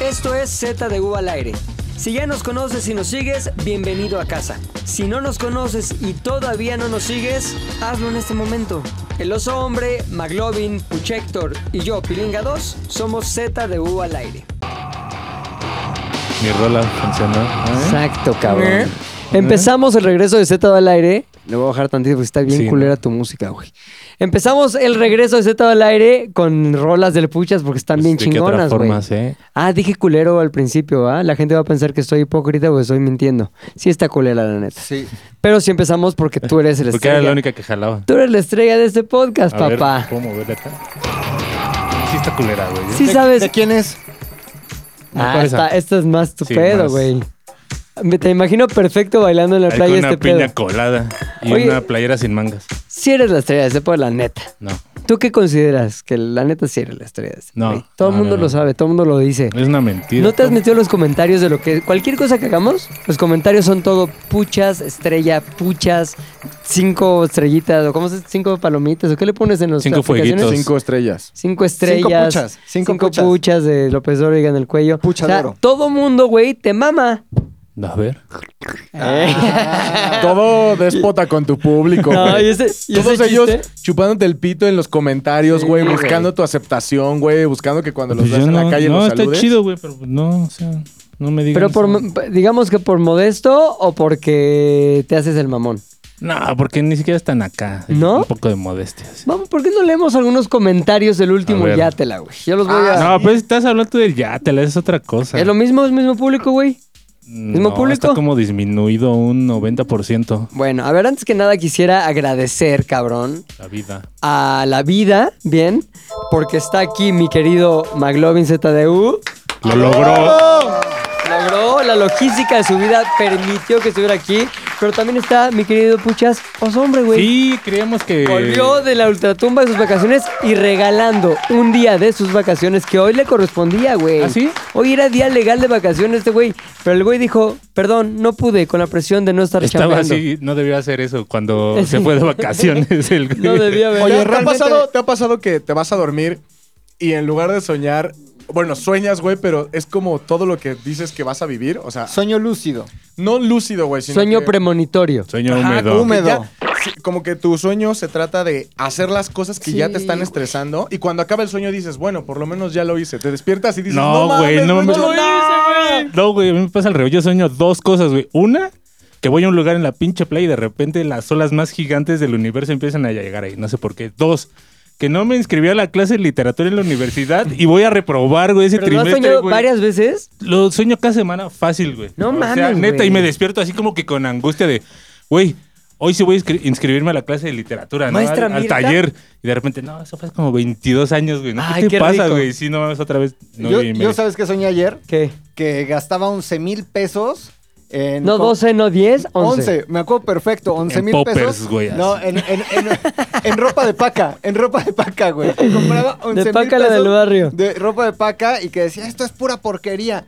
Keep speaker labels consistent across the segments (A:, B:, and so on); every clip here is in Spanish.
A: Esto es Z de U al aire. Si ya nos conoces y nos sigues, bienvenido a casa. Si no nos conoces y todavía no nos sigues, hazlo en este momento. El oso hombre, Maglovin, Puchector y yo, Pilinga 2, somos Z de U al aire.
B: Mi rola funcionó. ¿eh?
C: Exacto, cabrón.
A: Empezamos el regreso de Z al aire. ¿Eh? Le voy a bajar tantito porque está bien
B: Sí, ¿no?
A: culera tu música, güey. Empezamos el regreso de Z al aire con rolas del Puchas porque están bien
B: Pues, ¿de qué
A: chingonas,
B: otras
A: güey.
B: formas, eh?
A: Ah, dije culero al principio, ¿ah? La gente va a pensar que estoy hipócrita o que estoy mintiendo. Sí está culera, la neta.
C: Sí.
A: Pero sí empezamos porque tú eres el
B: Porque
A: estrella.
B: era la única que jalaba.
A: Tú eres la estrella de este podcast,
B: A ver,
A: papá.
B: ¿Cómo verla acá? Sí está culera, güey.
A: Sí sabes.
C: ¿De quién es?
A: Ah,
B: ¿Cuál es
A: esta,
B: esa?
A: esta es más tu
B: Sí,
A: pedo,
B: más.
A: güey. Me- Te imagino perfecto bailando en la
B: Ahí con
A: playa
B: una
A: este
B: piña
A: pedo.
B: colada y
A: Oye.
B: una playera sin mangas.
A: Sí eres la estrella de este podcast, la neta.
B: No.
A: ¿Tú qué consideras? Que la neta sí eres la estrella de este
B: No,
A: güey. Todo el
B: no,
A: mundo
B: no, no.
A: lo sabe, todo el mundo lo dice.
B: Es una mentira.
A: ¿No te has metido en los comentarios de lo que... Cualquier cosa que hagamos, los comentarios son todo puchas, estrella, puchas, cinco estrellitas, o cómo se cinco palomitas, o qué le pones en los
B: Cinco fueguitos. Dos.
C: Cinco estrellas.
A: Cinco estrellas.
C: Cinco puchas, cinco puchas.
A: de López Dóriga en el cuello.
C: Pucha
A: O sea,
C: de oro.
A: todo mundo, güey, te mama.
B: A ver.
C: Todo déspota con tu público.
A: Ah. No,
C: güey.
A: y ese- y
C: Todos
A: ese
C: ellos
A: chiste-
C: chupándote el pito en los comentarios,
A: Sí,
C: güey,
A: güey.
C: buscando tu aceptación, güey, buscando que cuando los
B: Pues
C: veas
B: yo
C: en
B: no,
C: la calle
B: no
C: los
B: está
C: saludes.
B: chido, güey, pero pues no, o sea, no me digas.
A: Pero por, digamos que por modesto o porque te haces el mamón.
B: No, porque ni siquiera están acá. Hay
A: ¿No?
B: Un poco de modestia. sí.
A: Vamos, ¿por qué no leemos algunos comentarios del último
B: A ver.
A: yátela, güey? Yo los voy
C: Ah,
A: a...
B: No, pero estás hablando del ya, te la es otra cosa.
A: Es lo mismo, es mismo público, güey.
B: ¿Mismo
A: público?
B: Está como disminuido un 90%
A: Bueno, a ver, antes que nada quisiera agradecer, cabrón,
B: la vida.
A: a la vida, bien, porque está aquí mi querido Maglovin ZDU.
B: Lo
A: Oh,
B: logró.
A: Logró la logística de su vida, permitió que estuviera aquí, pero también está mi querido Puchas, os hombre, güey.
B: Sí, creíamos que.
A: Volvió de la ultratumba de sus vacaciones y regalando un día de sus vacaciones que hoy le correspondía, güey.
B: ¿Ah, sí?
A: Hoy era día legal de vacaciones este güey, pero el güey dijo, perdón, no pude con la presión de no estar
B: Estaba
A: chambeando".
B: así, no debió hacer eso cuando se fue de vacaciones. El... güey.
A: No debía haber.
C: Oye, ¿te, ha
D: realmente-
C: pasado, ¿te ha pasado que te vas a dormir y en lugar de soñar, bueno, sueñas, güey, pero es como todo lo que dices que vas a vivir? O sea,
D: Sueño lúcido.
C: no lúcido, güey, sino
A: Sueño
C: que-
A: premonitorio.
B: Sueño
C: Ajá,
B: húmedo.
C: como que
D: Húmedo.
C: ya- sí, como que tu sueño se trata de hacer las cosas que ya te
A: Sí,
C: están
A: güey.
C: estresando y cuando acaba el sueño dices, bueno, por lo menos ya lo hice. Te despiertas y dices, no,
B: No, güey,
C: mames,
B: no,
C: no,
B: me.
C: he hecho nada".
B: No, güey, a mí me pasa al revés. Yo sueño dos cosas, güey. Una, que voy a un lugar en la pinche playa y de repente las olas más gigantes del universo empiezan a llegar ahí. No sé por qué. Dos, que no me inscribí a la clase de literatura en la universidad y voy a reprobar, güey, ese
A: ¿Pero lo has
B: Este trimestre.
A: soñado
B: güey.
A: varias veces?
B: Lo sueño cada semana fácil, güey.
A: No
B: o Sea,
A: mames,
B: neta,
A: güey.
B: y me despierto así como que con angustia de, güey. Hoy sí voy a inscri- inscribirme a la clase de literatura, ¿no?
A: Maestra
B: al, al
A: Mirta.
B: taller. Y de repente, no, eso fue hace como 22 años, güey. ¿no?
A: Ay,
B: ¿Qué te
A: qué
B: pasa,
A: rico.
B: güey? Sí, no mames, otra vez.
D: yo,
B: nueve y
D: yo
B: media.
D: ¿sabes qué soñé ayer?
A: ¿Qué?
D: Que gastaba 11 mil pesos en...
A: No
D: co-
A: 12, no 10, 11.
D: 11, me acuerdo perfecto, 11
B: En
D: mil
B: poppers,
D: pesos.
B: güey, así.
D: no, en, en- en- en ropa de paca, en ropa de paca, güey. Compraba 11
A: De
D: mil
A: paca la
D: pesos
A: del barrio.
D: De ropa de paca y que decía, esto es pura porquería.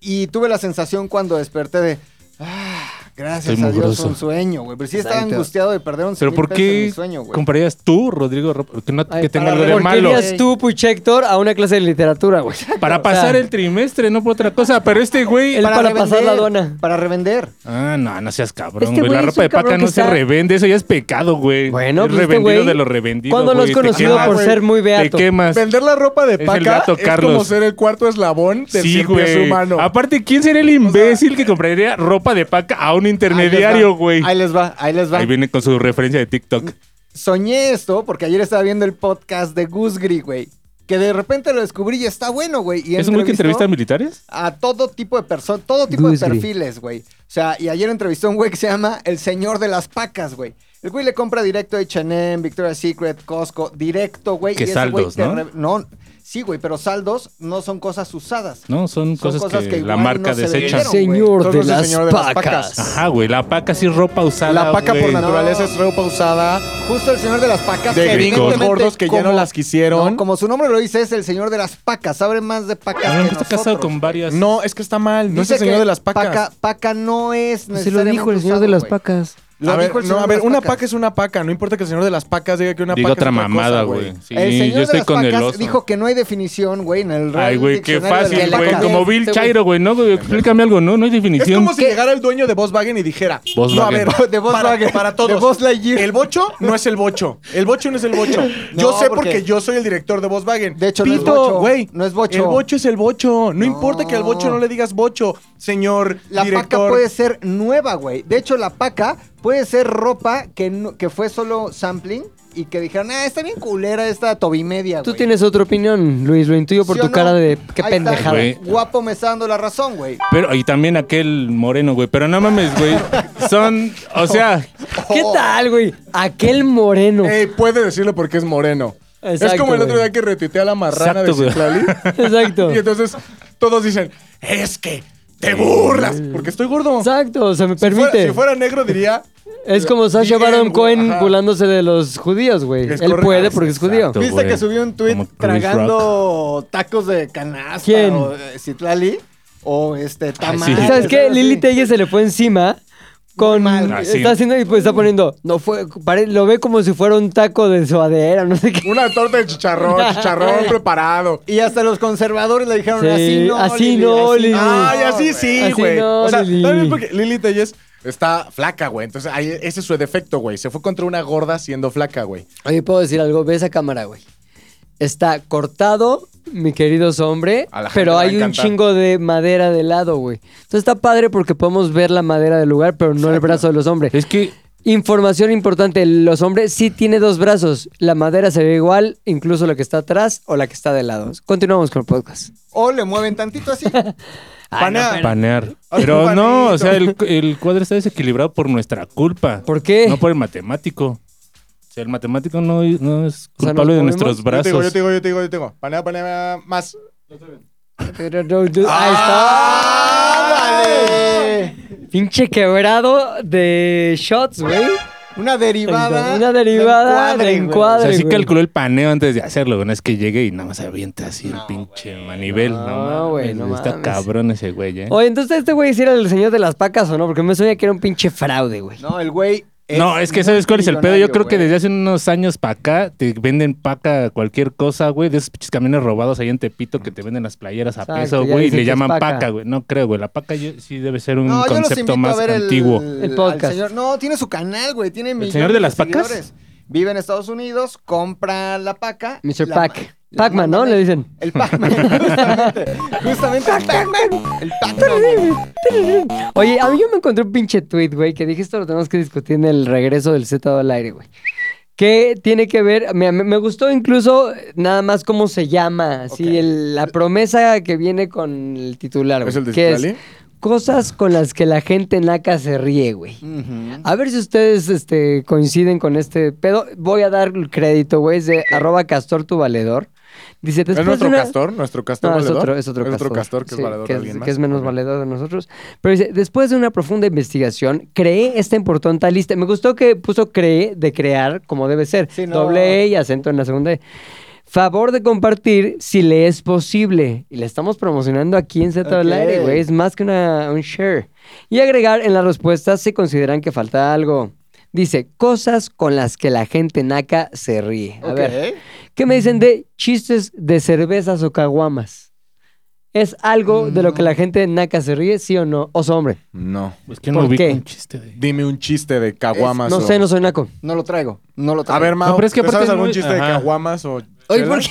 D: Y tuve la sensación cuando desperté de, "Ah, gracias
B: Estoy
D: a Dios,
B: mugroso".
D: un sueño, güey. Pero sí estaba
A: Exacto.
D: angustiado de perder 11
B: ¿Pero
D: mil
B: por
D: pesos en mi
B: qué
D: sueño, güey.
B: comprarías tú, Rodrigo, ropa que, no,
A: Ay,
B: que tenga
D: para
B: algo de
D: ver,
A: ¿Por qué
B: malo?
A: irías tú, Puchector, a una clase de literatura, güey?
B: Para pasar el trimestre, no por otra cosa. Pero este güey...
A: El- para pasar la aduana.
D: Para revender.
B: Ah, no, no seas cabrón,
A: Este
B: güey. La
A: güey es
B: ropa
A: un
B: de
A: cabrón
B: paca
A: que
B: no
A: está-
B: se revende. Eso ya es pecado, güey.
A: Bueno,
B: es
A: pues, este
B: revendido
A: güey,
B: de lo revendido,
A: ¿cuándo lo
B: güey?
A: has
B: Te
A: conocido
B: quemas,
A: por
B: güey.
A: ser muy beato?
B: Te quemas.
C: Vender la ropa de
B: el
C: paca
B: gato
C: es como
B: Carlos.
C: ser el cuarto eslabón del
B: Sí,
C: cien-pies
B: güey.
C: humano.
B: Aparte, ¿quién sería el imbécil que compraría ropa de paca a un intermediario, güey?
D: Ahí les va, ahí les va.
B: Ahí viene con su referencia de TikTok.
D: Soñé esto porque ayer estaba viendo el podcast de Gusgri, güey. Que de repente lo descubrí y está bueno, güey. Y
B: ¿Es un güey que
D: entrevistó
B: entrevista a militares?
D: a todo tipo de personas, todo tipo
A: Gusgri.
D: de perfiles, güey. O sea, y ayer entrevistó a un güey que se llama El Señor de las Pacas, güey. El güey le compra directo a H&M, Victoria's Secret, Costco, directo, güey.
B: Que
D: y ese güey
B: saldos,
D: te
B: ¿no?
D: re- No, sí, güey, pero saldos no son cosas usadas.
B: No, son,
D: Son
B: cosas,
D: cosas
B: que,
D: que
B: la
D: igual
B: marca
D: no se
B: desecha.
D: vendieron.
A: Señor de
C: Todos los
A: las
C: señores de las
A: pacas.
C: pacas.
B: Ajá, güey. La paca sí es ropa usada,
C: la paca por
B: güey.
C: naturaleza es
D: No.
C: ropa usada
D: Justo El Señor de las Pacas.
C: de
D: que
C: gringos
D: evidentemente,
C: gordos que ya no
D: como-
C: las quisieron.
D: No, como su nombre lo dice, es el señor de las pacas. Sabe más de pacas
B: Cabrón,
D: que
B: Ah, está casado
D: nosotros.
B: con varias.
C: No, es que está mal. No es
D: Dice
C: el señor
D: que
C: de las pacas.
D: Paca, paca no es
A: Se lo
D: necesariamente
A: dijo el señor de
D: usado,
A: las
D: güey.
A: pacas.
D: Lo
C: a ver,
D: dijo el
C: no,
D: señor
C: a
D: de
C: ver,
D: las
C: una
D: pacas.
C: paca es una paca. No importa que el señor de las pacas diga que una
B: Diga
C: paca
B: otra
C: es otra cosa,
B: mamada, güey. Sí,
D: el señor
B: yo
D: de
B: estoy
D: las
B: con el
D: Pacas
B: oso.
D: dijo que no hay definición, güey, en el Real
B: Ay, güey, qué
D: Diccionario de
B: fácil,
D: las
B: güey.
D: Pacas.
B: Como Bill
A: Este
B: Chairo, güey, ¿no? güey? Explícame algo, ¿no? No hay
C: Es
B: definición.
C: como si llegara el dueño de Volkswagen y dijera: No, a
B: Volkswagen.
C: ver,
D: De Volkswagen.
C: Para, para todos.
D: De Buzz Lightyear.
C: El bocho no es el bocho. El bocho no es el bocho. yo
D: No,
C: sé
D: porque-
C: porque... yo soy el director de Volkswagen.
D: De hecho, no es
C: Pito,
D: bocho.
C: güey.
D: No es bocho.
C: El bocho es el bocho. No, importa que al bocho no le digas bocho, señor
D: La
C: director.
D: paca puede ser nueva, güey. De hecho, la paca puede ser ropa que, no- que fue solo sampling y que dijeron, ah, está bien culera esta tobimedia,
A: Tú
D: güey.
A: tienes otra opinión, Luis, lo intuyo por
D: ¿Sí
A: tu
D: o no?
A: cara de qué
D: Ahí está,
A: pendejada.
B: Güey.
D: Guapo me está dando la razón, güey.
B: Pero, y también aquel moreno, güey. Pero no mames, güey. Son, o sea,
A: ¿Qué tal, güey? Aquel moreno.
C: Ey, Eh, puede decirlo porque es moreno.
A: Exacto,
C: es como el otro
A: güey.
C: día que retuitea a la marrana
B: Exacto, güey.
C: de Citlali.
A: Exacto.
C: Y entonces todos dicen, es que te burlas. Porque estoy gordo.
A: Exacto, se me
C: Si fuera-
A: permite.
C: Si fuera, negro diría...
A: Es como Sasha
C: Bien,
A: Baron
C: güey,
A: Cohen
C: ajá.
A: burlándose de los judíos, güey. Él
C: Es correcto.
A: puede porque es judío.
B: Exacto.
D: ¿Viste
B: güey.
D: que subió un tweet
B: Como Chris
D: tragando tacos de canasta?
A: ¿Quién?
D: O eh, Citlali. O este, tamales.
B: sí.
A: ¿Y ¿Sabes qué?
D: algo así.
A: Lili Telle se le fue encima con
D: mal,
C: Ah,
B: güey.
A: está haciendo y pues está poniendo no fue pare- lo ve como si fuera un taco de suadera no sé qué
C: Una torta de chicharrón, chicharrón preparado.
D: Y hasta los conservadores le dijeron,
A: Sí,
D: así no,
A: así
D: Lili,
A: no, Lili".
C: Ay, así
D: güey.
C: sí,
A: Así
C: güey.
A: no,
C: o sea,
A: Lili.
C: también porque Lili Telles está flaca, güey. Entonces, ahí, ese es su defecto, güey. Se fue contra una gorda siendo flaca, güey.
A: oye puedo decir algo ve esa cámara güey está cortado mi querido hombre
C: A la gente le
A: pero
C: va a
A: hay un
C: encantar.
A: chingo de madera de lado güey entonces está padre porque podemos ver la madera del lugar pero no el brazo de los hombres
B: es que
A: Información importante, los hombres sí tiene dos brazos. La madera se ve igual, incluso la que está atrás o la que está de lado. Continuamos con el podcast.
D: O le mueven tantito así. Panea.
B: panear.
D: Ay,
B: Pero no,
D: panito.
B: o sea, el, el cuadro está desequilibrado por nuestra culpa.
A: ¿Por qué?
B: No por el matemático. O sea, el matemático no, no
A: O
B: es
A: sea, ¿nos
B: culpable de
A: movemos?
B: nuestros
C: Yo te digo, yo
B: brazos.
C: te digo, yo te digo, yo te digo. Panea, panea, más.
A: Pero no, no- ahí está. Pinche quebrado de shots, güey.
D: Una derivada.
A: Una derivada de
D: güey.
B: O sea,
A: encuadre.
B: sí
A: güey.
B: calculó el paneo antes de hacerlo, güey. No es que llegue y nada más avienta así el pinche manivel.
A: no,
B: No,
A: güey,
B: güey.
A: no
B: está
A: mames.
B: cabrón ese güey, ¿eh?
A: Oye, entonces este güey sí era el señor de las pacas o no, porque me suena que era un pinche fraude, güey.
D: No, el güey.
B: no, es que ¿sabes cuál es el pedo? Yo
D: millonario,
B: creo que
D: güey.
B: desde hace unos años para acá te venden paca cualquier cosa, güey. De esos pinches camiones robados ahí en Tepito que te venden las playeras a
A: Exacto,
B: peso,
A: ya
B: güey. Y
A: dicen que
B: le
A: es
B: llaman
A: paca.
B: paca, güey. No creo, güey. La paca yo- sí debe ser un
D: No, yo los invito
B: concepto
D: a
B: más
D: ver el-
B: antiguo.
A: El
D: al
A: podcast.
D: señor- No, tiene su canal, güey. Tiene millones
B: señor de las
D: seguidores.
B: pacas?
D: Vive en Estados Unidos, compra la paca.
A: Mr.
D: la-
A: Pac.
D: la
A: Pac-Man, ¿no?
D: mandan-
A: Le dicen.
D: El Pac-Man, justamente. Justamente el Pac-Man. El Pac-Man. güey.
A: Oye, a mí yo me encontré un pinche tweet, güey, que dije esto lo tenemos que discutir en el regreso del Z al aire, güey. Que tiene que ver, me, me- me gustó incluso nada más cómo se llama, así el- la promesa que viene con el titular, güey.
C: ¿Es el de
A: que es
C: Citlali?
A: cosas con las que la gente naca se ríe, güey. A ver si ustedes este, coinciden con este pedo. Voy a dar el crédito, güey, es de arroba castor tu valedor. Dice,
C: ¿Es
A: después de
C: nuestro
A: una-
C: castor? ¿Nuestro castor
A: no, es
C: valedor?
A: otro, es otro
C: Es
A: castor.
C: otro castor que
A: Sí,
C: es valedor
A: que
C: de
A: es,
C: alguien más.
A: que es menos
C: Ok.
A: valedor de nosotros. Pero dice, después de una profunda investigación, creé esta importante lista. Me gustó que puso creé de crear como debe ser.
D: Sí, no.
A: Doble E y acento en la segunda E. Favor de compartir si le es posible. Y le estamos promocionando aquí en Z al
D: Ok.
A: aire, güey. Es más que una, un share. Y agregar en las respuestas si consideran que falta algo. Dice, cosas con las que la gente naca se ríe. A
D: Ok.
A: ver, ¿Qué me dicen de chistes de cervezas o caguamas? ¿Es algo de lo que
C: Mm.
A: la gente naca se ríe, sí o no? Oso, hombre.
C: No.
B: Es que no
A: ¿Por
B: ubico
A: qué?
B: un chiste de...
C: Dime un chiste de caguamas.
A: No
C: o-
A: sé, no soy naco.
D: No lo traigo. No lo
C: A
D: traigo.
C: ver, Mau,
B: No, pero es que
C: ¿te
B: aparte
C: ¿sabes
B: no
C: algún
B: es-
C: chiste de
B: Ajá.
C: caguamas o
A: Oye,
C: chela?
A: ¿por qué?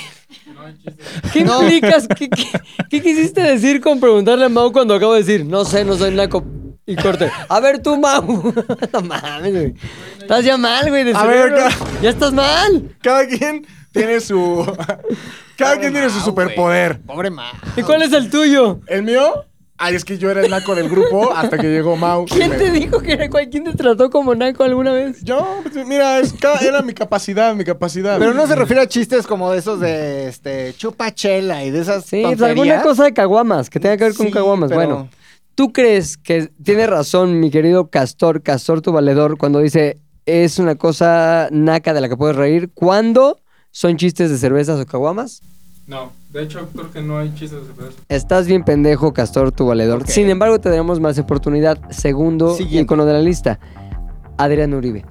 A: ¿Qué implicas? ¿Qué, qué, qué quisiste decir con preguntarle a Mau cuando acabo de decir, no sé, no soy naco? Y corte. A ver tú, Mau. no mames, güey. Estás ya mal, güey. del
C: A ver,
A: cerebro.
C: ca-
A: ya estás mal.
C: Cada quien tiene su... Cada quien tiene su superpoder.
D: Pobre ma.
A: ¿Y cuál es el tuyo?
C: ¿El mío? Ay, es que yo era el naco del grupo hasta que llegó Mau. y
A: ¿Quién
C: me-
A: te dijo que era cual? ¿Quién te trató como naco alguna vez?
C: Yo, pues, mira, es ca- era mi capacidad, mi capacidad.
D: Pero no se refiere a chistes como de esos de este chupa chela y de esas
A: Sí, pues
D: tonterías.
A: alguna cosa de caguamas, que tenga que ver con
D: Sí,
A: caguamas.
D: pero-
A: Bueno, ¿tú crees que tiene razón mi querido Castor, Castor tu valedor, cuando dice es una cosa naca de la que puedes reír cuando son chistes de cervezas o caguamas?
E: No, de hecho creo que no hay chistes de cerveza.
A: Estás bien pendejo, Castor tu valedor. Sin embargo, tendremos más oportunidad. Segundo
D: Siguiente.
A: icono de la lista. Adrián Uribe.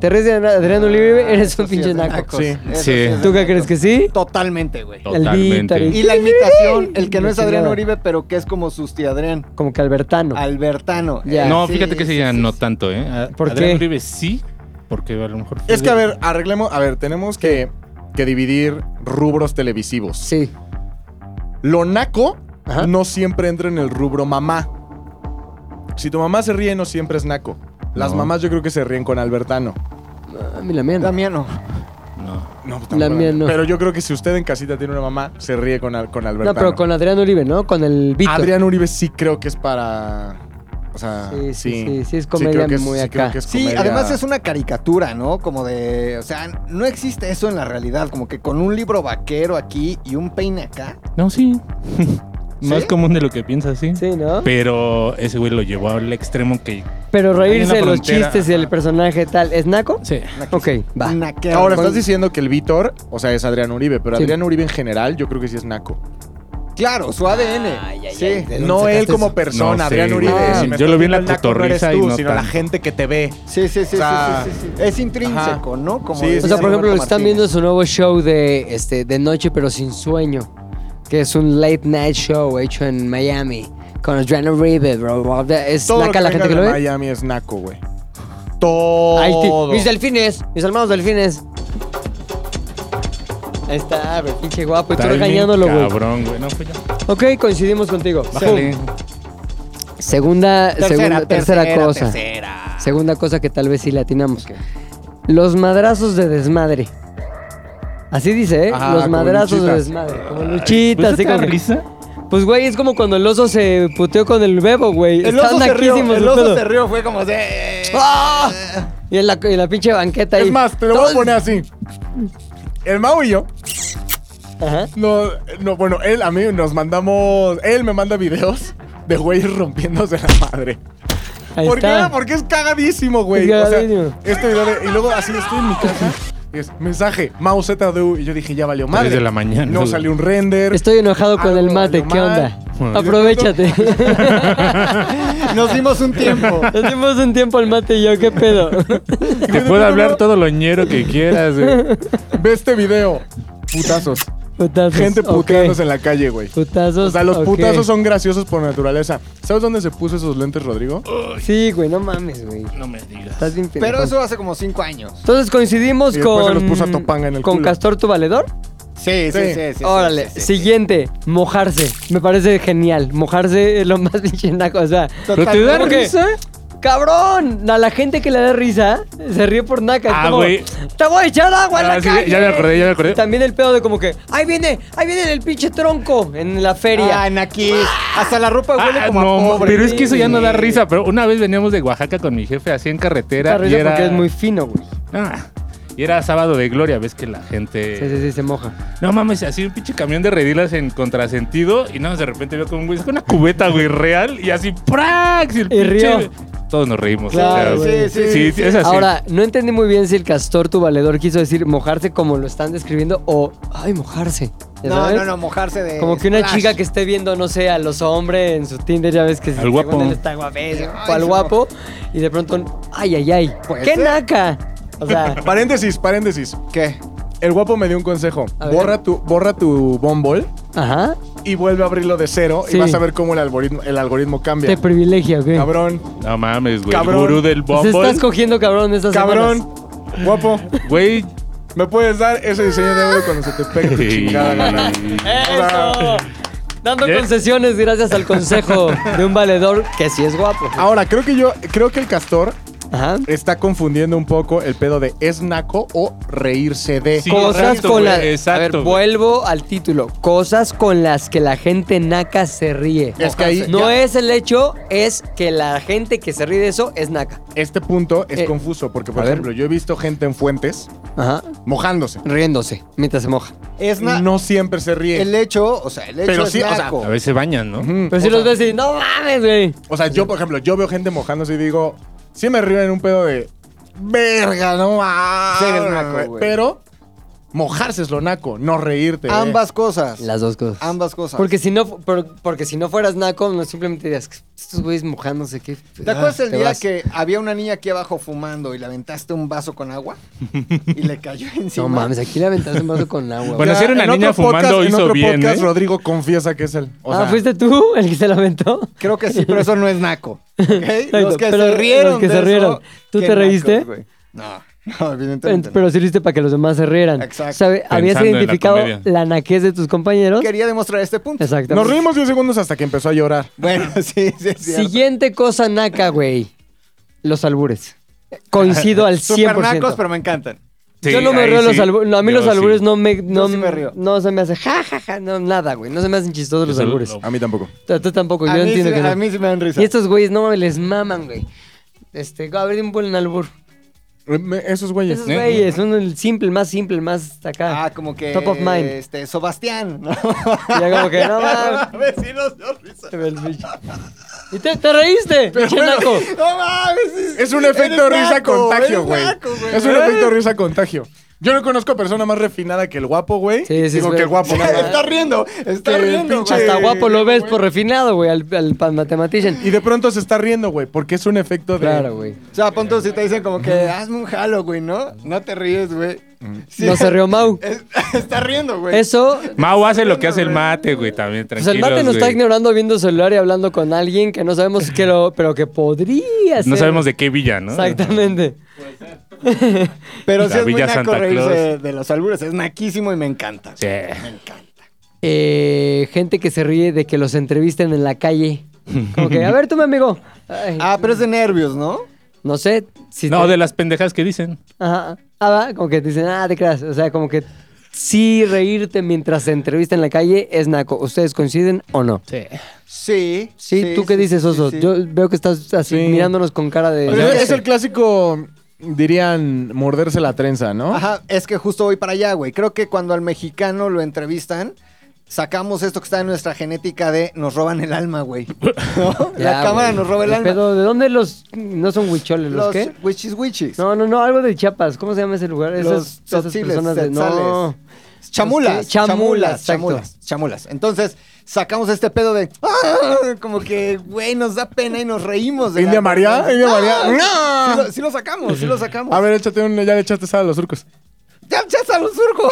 A: ¿Te ríes de Adrián
D: Ah,
A: Uribe? Eres un pinche naco.
C: Sí.
B: Sí.
A: ¿Tú qué crees que sí?
D: Totalmente, güey.
A: Totalmente.
D: Y la imitación, el que no es
A: Impresionada.
D: Adrián Uribe, pero que es como Susti Adrián.
A: Como que Albertano.
D: Albertano.
A: Ya.
D: Eh,
B: No,
D: sí,
B: fíjate que
D: sí,
B: ese ya
D: sí,
B: no
D: sí.
B: tanto, ¿eh? A-
A: ¿Por
B: Adrián
A: qué?
B: Uribe sí, porque a lo mejor.
C: Es que, a ver, arreglemos. A ver, tenemos que, que dividir rubros televisivos.
A: Sí.
C: Lo naco
A: Ajá.
C: no siempre entra en el rubro mamá. Si tu mamá se ríe, no siempre es naco. Las
B: No.
C: mamás yo creo que se ríen con Albertano.
A: A mí Ah, la mía. no.
D: La mía no.
B: No.
C: No, pues,
A: La
C: tampoco.
A: mía no.
C: Pero yo creo que si usted en casita tiene una mamá, se ríe con, al- con Albertano.
A: No, pero con Adrián Uribe, ¿no? Con el Vito.
C: Adrián Uribe sí creo que es para. O sea,
A: Sí, sí,
C: sí.
A: sí, sí, es comedia
C: creo que
A: muy
C: sí creo
A: acá.
C: que es
D: Sí,
C: comedia-
D: además es una caricatura, ¿no? Como de. O sea, no existe eso en la realidad. Como que con un libro vaquero aquí y un peine acá.
B: No, sí. Más
D: ¿Sí?
B: común de lo que piensas, sí.
A: Sí, ¿no?
B: Pero ese güey lo llevó al extremo que.
A: Pero reírse
B: Hay
A: de
B: una
A: los
B: frontera,
A: chistes y del
B: ajá.
A: personaje tal. ¿Es naco?
B: Sí.
A: Ok, va.
D: Naqueado.
C: Ahora estás diciendo que el Vítor, o sea, es Adrián Uribe, pero
A: Sí.
C: Adrián Uribe en general, yo creo que sí es naco.
D: Claro, su ADN. sí.
C: No él como persona,
B: No sé,
C: Adrián
B: güey.
C: Uribe.
A: Ah,
C: si me
B: yo
C: estás
B: lo vi en la
C: viendo el naco, no eres
B: cotorriza y
C: tú,
B: no
C: sino la
B: tanto.
C: gente que te ve.
D: Sí, sí, sí,
C: O sea,
D: sí, sí, sí, sí. Es intrínseco, ¿no? Como
C: Sí,
D: decía
A: O sea, por ejemplo,
D: Roberto
A: están
D: Martínez.
A: viendo su nuevo show de, este, de noche pero sin sueño, que es un late night show hecho en Miami con Adrián Uribe, bro. bro, bro. Es
C: Todo lo
A: naca
C: que
A: la
C: venga
A: gente que
C: de
A: lo ve.
C: Miami es naco, güey.
A: Ay, ti-
C: Todo.
A: mis delfines, mis hermanos delfines. Ahí está, güey, pinche guapo. Y tú
B: Está bien
A: regañándolo, güey.
B: Cabrón, güey. No pues fue yo.
A: Ok, coincidimos contigo.
B: Bájale.
A: Segunda, segunda- tercera, cosa.
D: tercera.
A: Segunda cosa que tal vez sí latinamos. Los madrazos de desmadre. Así dice, ¿eh?
C: Ah,
A: Los
C: como
A: madrazos de
C: Luchita.
A: desmadre. Como luchita,
B: ¿Pues
A: así
B: te da
A: como. que-
B: risa?
A: Pues, güey, es como cuando el oso se puteó con el bebo, güey.
D: El
A: Están
D: oso, se rió,
A: naquísimos
D: el
A: de
D: oso
A: pedo.
D: se rió, fue como de...
A: ¡Ah! Y en la, en la pinche banqueta ahí.
C: Es más, te lo voy
A: Todos-
C: a poner así. El Mau y yo,
A: Ajá.
C: no, no, bueno, él a mí nos mandamos, él me manda videos de güeyes rompiéndose la madre.
A: Ahí
C: ¿Por
A: está.
C: qué? Porque es cagadísimo, güey.
A: Es
C: O sea,
A: cagadísimo.
C: este video de- y luego así estoy en mi casa y es mensaje, Mau ZDU y yo dije, ya valió madre.
B: Tres de la mañana.
C: No salió un render.
A: Estoy enojado con
C: Algo
A: el mate,
C: valió
A: ¿qué
C: mal.
A: onda? Aprovechate.
D: Nos dimos un tiempo.
A: Hacemos un tiempo al mate y yo, ¿qué pedo?
B: Te puedo hablar todo lo ñero que quieras, güey.
C: Ve este video. Putazos.
A: Putazos.
C: Gente
A: ok.
C: puteándose en la calle, güey.
A: Putazos.
C: O sea, los
A: ok.
C: putazos son graciosos por naturaleza. ¿Sabes dónde se puso esos lentes, Rodrigo?
A: Sí, güey, no mames, güey.
B: No me digas.
A: Estás bien
D: Pero
A: pendejo.
D: eso hace como cinco años.
A: Entonces coincidimos
C: Y después
A: con.
C: se los puso a Topanga en el
A: con
C: culo.
A: Castor tu valedor.
D: Sí, sí, sí.
C: Sí.
D: sí, sí,
A: Órale.
D: sí, sí.
A: Siguiente, mojarse. Me parece genial. Mojarse es lo más pinche naco, O sea,
B: ¿Pero te da
A: ¿Por qué?
B: risa?
A: cabrón. A la gente que le da risa se ríe por naca. Es
B: Ah,
A: como,
B: güey.
A: Te voy a echar agua en
B: Ah,
A: la
B: sí,
A: calle.
B: ya me acordé, ya me acordé.
A: También el pedo de como que, ahí viene, ahí viene el pinche tronco en la feria.
D: Ah, Naquis. Hasta la ropa huele
B: Ah,
D: como
B: no,
D: a pobre.
B: pero es que eso ya no da
D: Sí.
B: risa. Pero una vez veníamos de Oaxaca con mi jefe así en carretera.
A: Está
B: y
A: risa
B: era...
A: porque es muy fino, güey.
B: Ah, y era sábado de gloria, ves que la gente.
A: Sí, sí, sí, se moja.
B: No mames, así un pinche camión de redilas en contrasentido. Y nada más de repente veo como un güey saca una cubeta, güey, real. Y así, ¡prax! Y el
A: Y
B: pinche-
A: rió.
B: Todos nos reímos.
A: Claro,
B: o sea,
A: güey.
D: Sí, sí,
B: sí,
D: sí.
B: es así.
A: Ahora, no entendí muy bien si el castor tu valedor quiso decir mojarse como lo están describiendo o, ay, mojarse. ¿ya
D: No,
A: sabes?
D: no, no, mojarse de.
A: Como que una
D: splash.
A: chica que esté viendo, no sé, a los hombres en su Tinder, ya ves que
B: Al guapo.
A: según él está guapísimo,
D: Ay,
A: o al
D: no.
A: guapo, y de pronto, ay, ay, ay,
D: Puede
A: ¡qué
D: ser.
A: naca! O sea,
C: Paréntesis, paréntesis.
D: ¿Qué?
C: El guapo me dio un consejo.
A: A ver.
C: Borra tu, borra tu Bumble
A: ajá,
C: y vuelve a abrirlo de cero
A: Sí.
C: y vas a ver cómo el algoritmo, el algoritmo cambia.
A: te privilegia, güey.
C: Cabrón,
B: No mames, güey. El
C: Cabrón.
B: gurú del
A: Se
B: Bumble.
A: estás cogiendo cabrón estas
C: cabrón,
A: semanas.
C: guapo,
B: Güey.
C: ¿me puedes dar ese diseño de oro cuando se te pegue tu chingada gana?
A: ¡Eso! Dando
B: ¿Eh?
A: concesiones gracias al consejo de un valedor que sí es guapo.
D: Ah.
C: Ahora, creo que yo, creo que el castor
A: Ajá.
C: está confundiendo un poco el pedo de es naco o reírse de.
B: Sí.
A: cosas
B: exacto,
A: con
B: güey,
A: las.
B: exacto,
A: a ver,
B: güey.
A: vuelvo al título. Cosas con las que la gente naca se ríe.
C: Es que ahí
A: No
C: ya-
A: es el hecho, es que la gente que se ríe de eso es naca.
C: Este punto es
A: Eh,
C: confuso porque, por
A: a ver.
C: ejemplo, yo he visto gente en fuentes
A: Ajá.
C: mojándose.
A: Riéndose mientras se moja.
D: Es na-
C: No siempre se ríe.
D: El hecho, o sea, el hecho
C: Pero
D: es
C: sí, o sea,
D: naco.
B: A veces se bañan, ¿no?
C: Ujú.
A: Pero si
C: O sea,
A: los ves y no mames, güey.
C: O sea, yo, por ejemplo, yo veo gente mojándose y digo, sí me río en un pedo de. Verga, no mames".
D: Sí eres naco, güey.
C: Pero Mojarse es lo naco, no reírte. eh.
D: Ambas cosas.
A: Las dos cosas.
D: Ambas cosas.
A: Porque si no, fu- por- porque si no fueras naco, no simplemente dirías, estos güeyes mojándose, ¿qué? Ah,
D: ¿Te acuerdas el
A: te
D: día
A: vas".
D: que había una niña aquí abajo fumando y le aventaste un vaso con agua? Y le cayó
A: No
D: encima.
A: mames, aquí la aventaste un vaso con agua.
B: Bueno,
A: güey.
C: Ya,
B: si era una
C: en
B: niña
C: otro
B: fumando,
C: podcast- en
B: hizo
C: otro
B: bien,
C: podcast,
B: ¿eh?
C: Rodrigo confiesa que es él. O
A: ah,
C: sea,
A: ¿fuiste tú el que se la aventó?
D: Creo que sí, pero eso no es naco. ¿ok?
A: Exacto, pero los que
D: de
A: se
D: eso,
A: rieron. ¿Tú
D: qué
A: te reíste?
D: nacos, güey. no, no, evidentemente.
A: Pero sí lo hiciste para que los demás se rieran.
D: Exacto.
A: ¿Sabe? Habías
B: Pensando en la
A: identificado
B: comedia.
A: la naquez de tus
D: no.
A: compañeros.
D: Quería demostrar este punto.
A: Exactamente.
C: nos reímos 10 segundos hasta que empezó a llorar.
D: Bueno, sí, sí, es cierto.
A: Siguiente cosa naca, güey. Los albures. Coincido al 100%.
D: Super nacos, pero me encantan.
B: Sí,
A: yo no me
B: ahí
A: río de los
B: sí.
A: albures. No, a mí
B: Yo
A: los albures
B: sí.
A: no me. No,
D: sí me río.
A: no se me hace ja, ja, ja. No, nada, güey. No se me hacen chistosos los
B: Eso lo-
A: albures.
C: A mí tampoco.
A: Tú, tú tampoco, Pues yo
D: a, mí
A: entiendo
D: sí,
A: que
D: a
A: no.
D: mí sí me dan risa.
A: Y estos güeyes, no mames, les maman, güey. Este, a ver, dime un buen albur.
C: Eh, me- Esos güeyes.
A: Esos
B: ¿eh?
A: güeyes son el simple, el más simple, el más acá.
D: Ah, como que...
A: Top of mind.
D: Este, Sebastián. ¿no?
A: ya como que, no mames.
D: sí nos dio risa.
A: El pinche- ¿Y te, te reíste, pinche naco?
D: No mames.
C: Es un efecto
D: eres
C: risa
D: naco,
C: contagio,
D: eres
C: güey.
D: naco, güey. ¿Eh?
C: Es un efecto risa contagio. Yo no conozco persona más refinada que el guapo, güey.
A: Sí, sí,
C: Digo
A: es
C: que
A: verdad.
C: el guapo, nada más.
D: Está riendo, está
C: Que el
D: riendo.
C: pinche-
D: güey.
A: Hasta guapo lo ves por refinado, güey, al, al pan mathematician.
C: Y de pronto se está riendo, güey, porque es un efecto de.
A: Claro, güey.
D: O sea, punto si te dicen como que hazme un jalo, güey, ¿no? No te ríes, güey. Sí.
A: No se rió Mau.
D: Es- está riendo, güey.
A: Eso,
B: Mau hace lo que hace el mate, güey, también,
A: pues
B: tranquilo.
A: el mate nos está ignorando viendo celular y hablando con alguien que no sabemos que lo, pero que podría ser.
B: No sabemos de qué villa, ¿no?
A: Exactamente.
D: Pero sí
B: La
D: es muy
B: Villa
D: naco
B: Santa
D: reírse
B: Claus.
D: de, de los albures. Es naquísimo y me encanta.
B: Sí.
D: Me encanta.
A: Eh, gente que se ríe de que los entrevisten en la calle. Como que, a ver tú, mi amigo. Ay,
D: Ah, pero es de nervios, ¿no?
A: no sé. Si
B: No,
A: te-
B: de las pendejas que dicen.
A: Ajá. Ah, va, como que te dicen, ah, te creas. O sea, como que sí reírte mientras se entrevista en la calle es naco. ¿Ustedes coinciden o no? Sí.
D: Sí.
A: Sí, ¿tú qué
D: sí,
A: dices,
D: sí,
A: Oso?
D: sí, sí.
A: Yo veo que estás así
C: Sí.
A: mirándonos con cara de...
C: Pero es, es el clásico, dirían, morderse la trenza, ¿no?
D: Ajá, es que justo voy para allá, güey. Creo que cuando al mexicano lo entrevistan, sacamos esto que está en nuestra genética de nos roban el alma, güey. ¿No?
A: Ya,
D: La cámara
A: güey.
D: nos roba el
A: ¿Qué
D: alma.
A: pedo? ¿de dónde los... no son huicholes, los,
D: Los
A: qué?
D: wichis wichis.
A: No, no, no, algo de Chiapas. ¿Cómo se llama ese lugar?
D: Los tzotziles,
A: No.
D: Chamulas,
A: Los que- chamulas,
D: chamulas,
A: exacto.
D: chamulas, chamulas. Entonces, sacamos este pedo de "Ah", como que, güey, nos da pena y nos reímos de
C: ¿India
D: la-
C: María? ¿India María?
D: Sí
C: ¡No!
D: lo, sí lo sacamos, sí lo sacamos.
C: A ver, échate un. Ya le echaste sal a los surcos.
D: ¡Ya, ya salió un surco!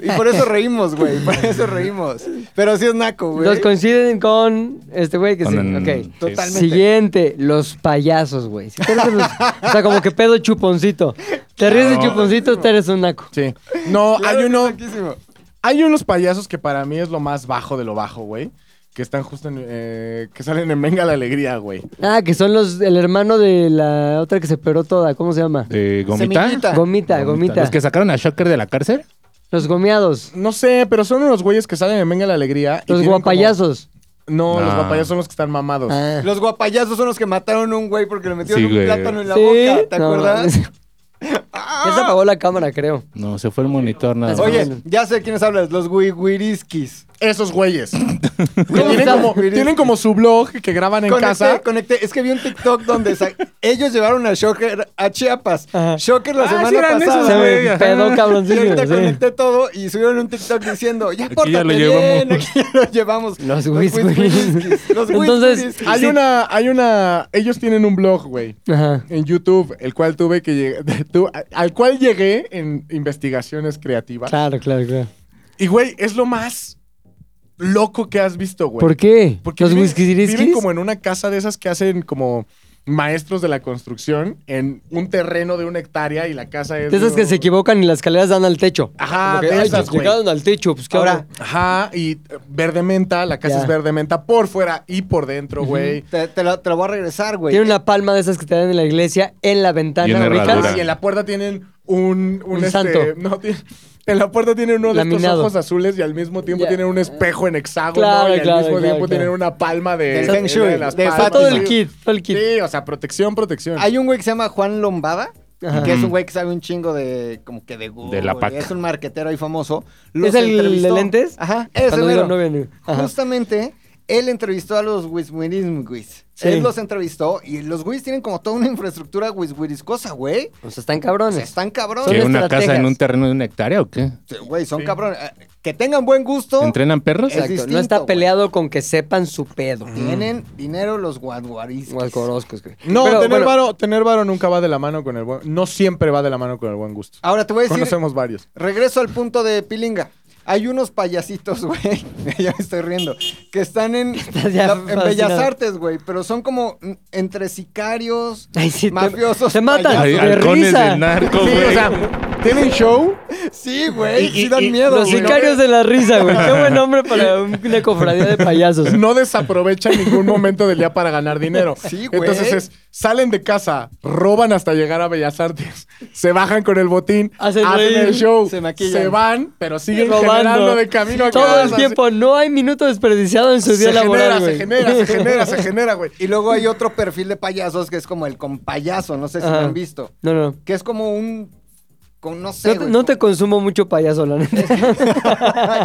D: y por eso reímos, güey, por eso reímos. Pero sí es naco, güey.
A: Los coinciden con este güey que sí.
B: Con-
A: Ok.
B: sí.
D: Totalmente.
A: Siguiente, los payasos, güey. Si tú eres de los- o sea, como que pedo chuponcito. Te ríes de
B: No.
A: chuponcito, te eres un naco.
C: Sí. No,
D: Claro
C: hay
D: que
C: uno.
D: es naquísimo.
C: Hay unos payasos que para mí es lo más bajo de lo bajo, güey. Que están justo en. eh, que salen en Venga la Alegría, güey.
A: Ah, que son los el hermano de la otra que se peró toda. ¿Cómo se llama?
B: ¿De gomita?
D: Semillita.
A: Gomita, gomita.
B: ¿Los que sacaron a Shocker de la cárcel?
A: Los gomeados.
C: No sé, pero son unos güeyes que salen en Venga la Alegría. y
A: Los
C: tienen como-
A: guapayazos.
C: No, los
B: No.
C: guapayazos son los que están mamados.
A: Ah.
D: Los guapayazos son los que mataron a un güey porque le metieron
B: Sí,
D: un
B: güey.
D: plátano en la
A: Sí,
D: boca, ¿te
A: no
D: acuerdas?
A: mames. Ya se apagó la cámara, creo.
B: No, se fue el monitor nada más.
A: Oye,
D: Oye, ya sé de quiénes hablas, los wiwiriskis.
C: Esos güeyes.
A: ¿Cómo
C: tienen,
A: estás,
C: como,
D: güey?
C: tienen como su blog que graban en
D: conecté,
C: casa.
D: Conecté. Es que vi un TikTok donde sa- ellos llevaron a Shocker a Chiapas.
A: Ajá.
D: Shocker la
B: Ah,
D: semana
B: sí eran
D: pasada.
A: Se
B: esos,
D: güey.
B: güey.
A: me
B: ajá.
A: pedó
D: Y
A: cabroncísimo.
D: ahorita
A: sí.
D: conecté todo y subieron un TikTok diciendo, ya
B: Aquí ya
D: pórtate
B: lo
D: bien,
B: llevamos.
D: aquí ya lo llevamos.
A: Los
D: whis-
A: whis-
D: whiskys, Los
A: Entonces,
D: Entonces,
C: Hay una, hay una. Ellos tienen un blog, güey.
A: Ajá.
C: En YouTube, el cual tuve que llegar. tu- al cual llegué en investigaciones creativas.
A: Claro, claro, claro.
C: Y, güey, es lo más loco que has visto, güey.
A: ¿Por qué?
C: Porque
A: los
C: viven, viven
A: whisky
C: como en una casa de esas que hacen como maestros de la construcción en un terreno de una hectárea y la casa es...
A: De esas que se equivocan y las escaleras dan al techo.
C: Ajá,
A: Como que,
C: Ah, de
A: "Ay,
C: esas,
A: se
C: güey.
A: llegaron al techo, pues ¿qué
D: Ahora,
A: hago?".
C: Ajá, y eh, verde menta, la casa
A: Ya.
C: es verde menta por fuera y por dentro, güey.
D: Te, te la, te la voy a regresar, güey.
A: Tiene una palma de esas que te dan en la iglesia en la ventana,
B: Y una
A: ¿ubicas?
B: herradura.
C: Ah, y en la puerta tienen un... Un,
A: Un
C: este,
A: santo.
C: no, tiene- en la puerta tienen uno de
A: Laminado.
C: estos ojos azules y al mismo tiempo
A: Ya.
C: tienen un espejo en hexágono
A: Claro,
C: y al
A: claro,
C: mismo
A: claro,
C: tiempo
A: claro.
C: tienen una palma de...
D: Del feng shui, de
A: O sea,
C: palmas.
A: todo el
D: Fátima.
A: kit, todo el kit.
C: Sí, o sea, protección, protección.
D: Hay un güey que se llama Juan Lombada,
A: Ajá.
D: que es un güey que sabe un chingo de como que de Google.
B: De la paca.
D: Es un marquetero ahí famoso.
A: ¿Es el de
D: entrevistó.
A: lentes?
D: Ajá, ese
A: Cuando
D: mero.
A: digo, no viene. Ajá.
D: Justamente Él entrevistó a los Wiswirismwis.
A: Sí.
D: Él los entrevistó y los Wis tienen como toda una infraestructura wiswiriscosa, güey.
A: O sea, están
D: O sea,
A: cabrones.
D: están cabrones.
B: ¿Que
A: Son
B: una
A: estrategas.
B: casa en un terreno de una hectárea o qué?
D: Güey, son cabrones. Eh, Que tengan buen gusto.
B: ¿Entrenan perros?
D: Es
A: Exacto.
D: distinto,
A: no está
D: güey.
A: peleado con que sepan su pedo.
C: Mm.
D: Tienen dinero los guaduaris.
A: Gualcoroscos, güey.
C: No,
A: Pero,
C: tener,
A: bueno,
C: varo, tener varo nunca va de la mano con el buen... No siempre va de la mano con el buen gusto.
D: Ahora te Ah, voy a decir,
C: Conocemos varios.
D: regreso al punto de Pilinga. Hay unos payasitos, güey. ya me estoy riendo. Que están en,
A: ya
D: la- en
A: fascinado.
D: Bellas Artes, güey. Pero son como mm, entre sicarios,
A: Ay, sí, te-
D: mafiosos.
A: te matan.
D: payasos.
B: Hay
A: de
B: halcones
A: risa.
B: del narco,
C: Sí,
B: güey. Ah,
C: o sea, tienen show,
D: Sí, güey.
C: Y-
D: Sí
C: y-
D: dan
C: y
D: miedo,
A: Los
D: güey.
A: sicarios de la risa, güey. Qué buen nombre para una cofradía de payasos.
C: no desaprovechan ningún momento del día para ganar dinero.
D: Sí, güey.
C: Entonces es, salen de casa, roban hasta llegar a Bellas Artes, se bajan con el botín,
A: Hacen
C: hacen,
A: reír,
C: el show,
D: se
C: se,
D: maquillan.
C: van, pero siguen
A: Robando.
C: generando de camino a
A: Todo
C: casa.
A: el tiempo, no hay minuto desperdiciado en su
C: Se
A: día
C: genera,
A: laboral,
C: se
A: güey.
C: genera, se genera, se genera, güey.
D: Y luego hay otro perfil de payasos que es como el compayaso. No sé si
A: Ajá.
D: lo han visto.
A: No, no.
D: Que es como un... Con, no sé,
A: No, te-
D: güey.
A: no te consumo mucho payaso, la neta.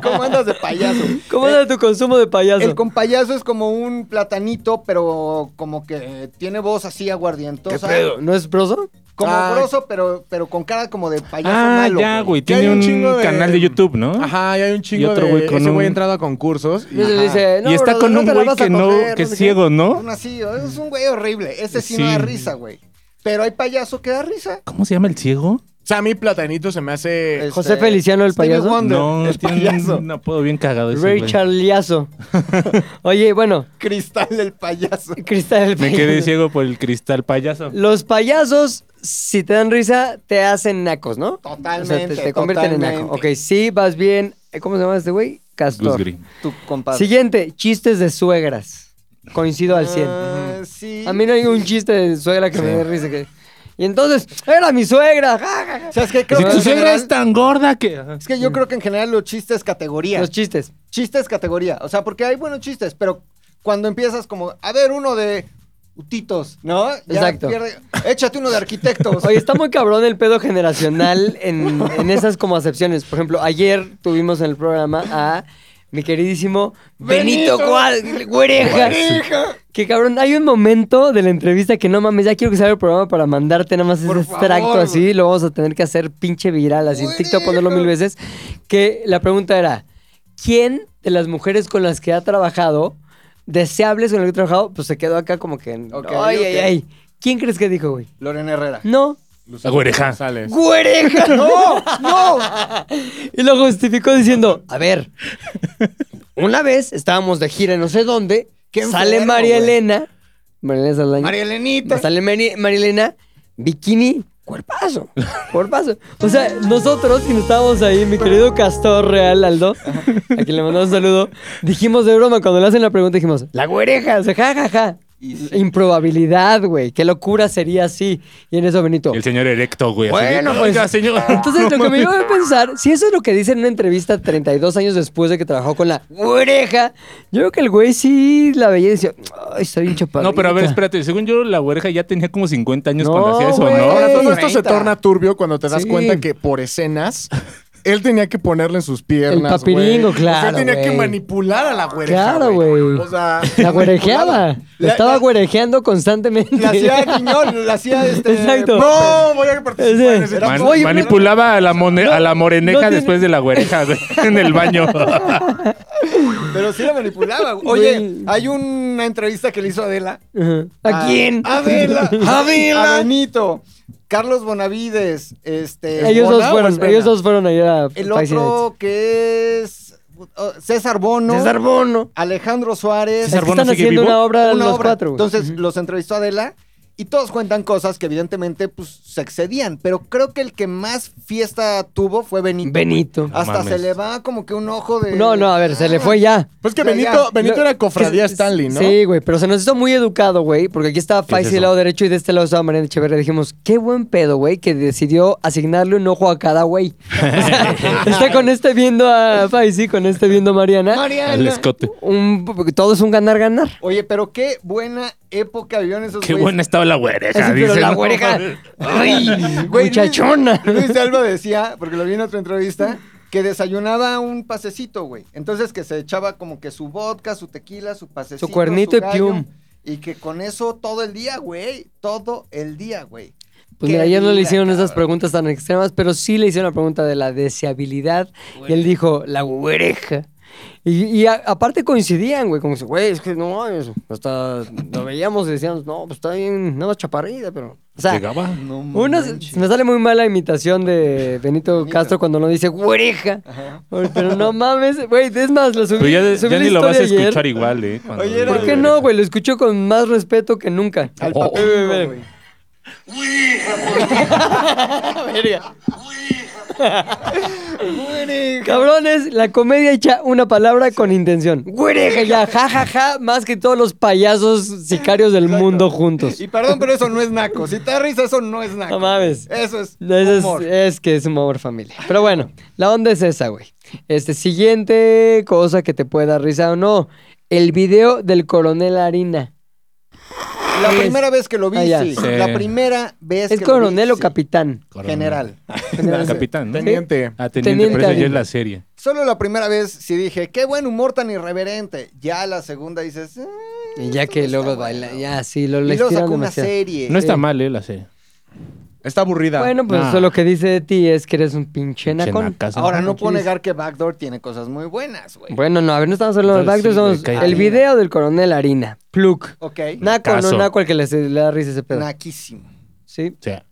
D: ¿Cómo andas de payaso?
A: ¿Cómo
D: Eh,
A: era tu consumo de payaso?
D: El compayazo es como un platanito, pero como que tiene voz así aguardientosa.
A: ¿No es broso?
D: Como
C: Ah.
D: grosso, pero, pero con cara como de payaso
B: Ah,
D: malo.
B: ya, güey.
C: Que hay
B: Tiene
C: un
B: un,
C: chingo de-
B: canal de YouTube, ¿no?
C: Ajá, y hay un chingo
B: otro
C: de...
B: güey con
C: ese
B: un-
C: güey ha entrado a concursos y-
A: Y le dice, no,
B: y está
A: brother,
B: con
A: no
B: un
A: te la
B: güey
A: vas a
B: que no,
A: coger,
B: que
A: no
B: es
A: sé
B: ciego, ¿no?
D: Un así, es un güey horrible. Ese sí, no
B: Sí.
D: da risa, güey. Pero hay payaso que da risa.
B: ¿Cómo se llama el ciego?
C: O sea, a mí Platanito se me hace...
A: qué. José Feliciano, el
D: Stevie
A: payaso.
D: Wonder,
B: No,
D: el
B: tiene un-
D: payaso.
B: un apodo bien cagado ese, güey.
A: Ray Charliazo. Oye, bueno,
D: Cristal del payaso.
A: Cristal del
B: Me quedé
A: payaso.
B: ciego por el cristal payaso.
A: Los payasos, si te dan risa, te hacen nacos, ¿no? O sea,
D: Totalmente.
A: te, te convierten en naco.
D: totalmente.
A: Ok, sí, vas bien. Eh, ¿Cómo se llama este güey? Castor.
B: Gusgri.
D: Tu compadre.
A: Siguiente, chistes de suegras. Coincido al 100.
D: Ah, sí.
A: A mí no hay un chiste de suegra que me dé risa. que- Y entonces, era mi suegra. ja, ja, ja.
D: ¿Sabes qué? Creo
B: Si
D: que
B: tu
D: en
B: suegra
D: general-
B: es tan gorda que...
D: Es que yo creo que en general los chistes categoría.
A: Los chistes.
D: chistes categoría. O sea, porque hay buenos chistes, pero cuando empiezas como, a ver, uno de utitos, ¿no? Ya
A: Exacto.
D: pierde- échate uno de arquitectos.
A: Pues, Oye, está muy cabrón el pedo generacional en, en esas como acepciones. Por ejemplo, ayer tuvimos en el programa a mi queridísimo Benito,
D: Benito.
A: Gual- Guerejas.
D: Hija,
A: Que cabrón, hay un momento de la entrevista que no mames, ya quiero que salga el programa para mandarte nada más ese
D: Por
A: extracto
D: favor,
A: así, lo vamos a tener que hacer pinche viral, así en TikTok ponerlo mil veces, que la pregunta era, ¿quién de las mujeres con las que ha trabajado, deseables con las que ha trabajado, pues se quedó acá como que, en,
D: Ok,
A: ay, ay,
D: ok.
A: ay, ¿quién crees que dijo, güey?
D: Lorena Herrera.
A: No,
B: La Ah, güereja.
C: Sales.
A: güereja, no, no. Y lo justificó diciendo, a ver, una vez estábamos de gira en no sé dónde,
D: Qué
A: sale
D: enfermo,
A: María
D: güey.
A: Elena, María Elena Saldaña,
D: María Elenita.
A: sale Mari- María Elena, bikini, cuerpazo, cuerpazo. O sea, nosotros que estábamos ahí, mi querido Castor Real Aldo, a quien le mandamos un saludo, dijimos de broma, cuando le hacen la pregunta dijimos, la güereja, o sea, ja, ja, ja.
D: Y sí.
A: Improbabilidad, güey, qué locura sería así. Y en eso Benito,
B: El señor erecto, güey. así de,
A: Bueno, pues.
B: "Oiga, señor".
A: Entonces, lo que me lleva a pensar, si eso es lo que dice en una entrevista 32 años después de que trabajó con la oreja, yo creo que el güey sí la veía y decía, ay, estoy bien chaparrita".
B: No, pero a ver, espérate. Según yo, la güereja ya tenía como 50 años
A: No,
B: cuando hacía eso,
A: güey.
B: ¿no?
C: Ahora, todo esto
D: 30.
C: se torna turbio cuando te das
A: Sí.
C: cuenta que por escenas él tenía que ponerle en sus piernas.
A: El papiringo,
C: güey.
A: claro,
C: O sea, él tenía
A: güey.
C: que manipular a la güereja.
A: Claro, güey.
C: O sea,
A: La güerejeaba. La
D: La-
A: estaba
D: la-
A: güerejeando constantemente.
D: La hacía Quiñón, la hacía este.
A: Exacto.
C: no, voy a participar
A: Ese-
C: en ese
D: Era-
B: Man-
D: Oye, pero-
B: manipulaba a la, mone- a la moreneja
A: no tiene-
B: después de la güereja güey, en el baño.
D: Pero sí la manipulaba. güey. Oye,
A: Güey.
D: hay una entrevista que le hizo Adela.
A: Ajá.
D: Ah,
A: ¿A quién?
D: Adela.
C: Adela.
D: A Benito. Carlos Bonavides. Este.
A: Ellos dos
D: ¿Bona o es
A: fueron,
D: Bena?
A: ellos dos fueron ayer a
D: El
A: Spicy Nights.
D: otro que es. uh, César Bono.
A: César Bono.
D: Alejandro Suárez.
A: Es que
B: César Bono
A: están
B: sigue
A: haciendo
B: vivo.
A: una obra
D: una
A: los
D: obra.
A: cuatro. güey.
D: Entonces los entrevistó Adela y todos cuentan cosas que evidentemente pues se excedían, pero creo que el que más fiesta tuvo fue Benito.
A: Benito.
B: Ah,
D: Hasta
B: mames.
D: se le va como que un ojo de
A: No, no, a ver,
D: ah.
A: se le fue ya.
C: Pues que
D: Ya,
C: Benito,
D: ya.
C: Benito
A: Lo-
C: era cofradía
A: que-
C: Stanley, ¿no?
A: Sí, güey, pero se nos hizo muy educado, güey, porque aquí estaba Faisy
B: eso?
A: del lado derecho y de este lado estaba Mariana Echeverría. Dijimos, qué buen pedo, güey, que decidió asignarle un ojo a cada güey. O sea, está con este viendo a Faisy, con este viendo a Mariana.
B: Al
D: Mariana.
B: escote.
A: Un- todo es un ganar-ganar.
D: Oye, pero qué buena época vivieron esos
B: Qué
D: güeyes.
B: buena estaba la
A: Así,
B: güereja.
A: pero
B: dice,
A: la
B: ¿no?
A: güereja, ay,
D: Güey,
A: muchachona.
D: Luis de Alba decía, porque lo vi en otra entrevista, que desayunaba un pasecito, güey. Entonces que se echaba como que su vodka, su tequila, su pasecito.
A: Su cuernito y
D: gallo,
A: pium.
D: Y que con eso todo el día, güey. Todo el día, güey.
A: Pues
D: Qué
A: mira, ayer no le
D: vida,
A: hicieron esas
D: cabrón.
A: preguntas tan extremas, pero sí le hicieron la pregunta de la deseabilidad. Y él dijo, la oreja. Y, y a- aparte coincidían, güey, como si, güey, es que no, es- hasta lo veíamos y decíamos, no, pues está bien, nada más chaparrita, pero... O sea,
B: Llegaba.
D: No
A: uno
D: manches.
A: se- me sale muy mala imitación de Benito, Castro cuando no dice, oreja. Pero no mames, güey, es más, lo subí,
B: Pero ya,
A: subí
B: ya
A: la
B: ni lo vas a
A: historia ayer.
B: escuchar igual, ¿eh? Cuando-
D: Oye, era-
A: ¿Por qué no, güey? Lo escucho con más respeto que nunca.
D: Al
B: Oh.
D: papel,
A: Eh, eh, eh.
D: güey.
A: Cabrones, la comedia echa una palabra con intención. Güereja, ya, ja, ja, ja, más que todos los payasos sicarios del
D: Exacto.
A: mundo juntos.
D: Y perdón, pero eso no es naco. Si te da risa, eso no es naco.
A: No mames.
D: Eso es
A: No, eso es- eh,
D: humor.
A: Es, que es humor familia. Pero bueno, la onda es esa, güey. Este, siguiente cosa que te pueda dar risa o no. El video del coronel Harina.
D: La primera vez que lo vi,
A: Ah, ya.
D: sí.
B: Sí.
D: La primera vez
A: ¿Es
D: que lo vi,
A: coronel o
D: sí.
A: capitán?
D: General.
B: General. Capitán, ¿no?
C: Teniente.
B: Ah, teniente,
A: Teniente
B: pero eso ya
A: Harina.
B: es la serie.
D: Solo la primera vez sí dije, qué buen humor tan irreverente. Ya la segunda dices, "Eh,
A: Y ya
D: esto
A: que
D: no está
A: luego
D: bueno".
A: baila, ya sí, lo
D: Y
A: les
D: luego
A: tiran
D: sacó una
A: demasiado.
D: serie.
B: No está mal, ¿eh? La serie.
C: Está aburrida.
A: Bueno, pues
B: Nah.
A: eso lo que dice de ti es que eres un pinche nacón.
B: Chenacas,
D: Ahora no puedo
A: Chis.
D: negar que Backdoor tiene cosas muy buenas, güey.
A: Bueno, no, a ver, no estamos hablando de
B: Entonces,
A: Backdoor,
B: sí, güey,
A: estamos-
B: cállate.
A: el video del coronel Harina, Pluk.
D: Ok.
A: Naco,
B: Caso.
A: no naco al que le, se- le da risa ese pedo.
D: Naquísimo.
A: Sí,
B: O sea,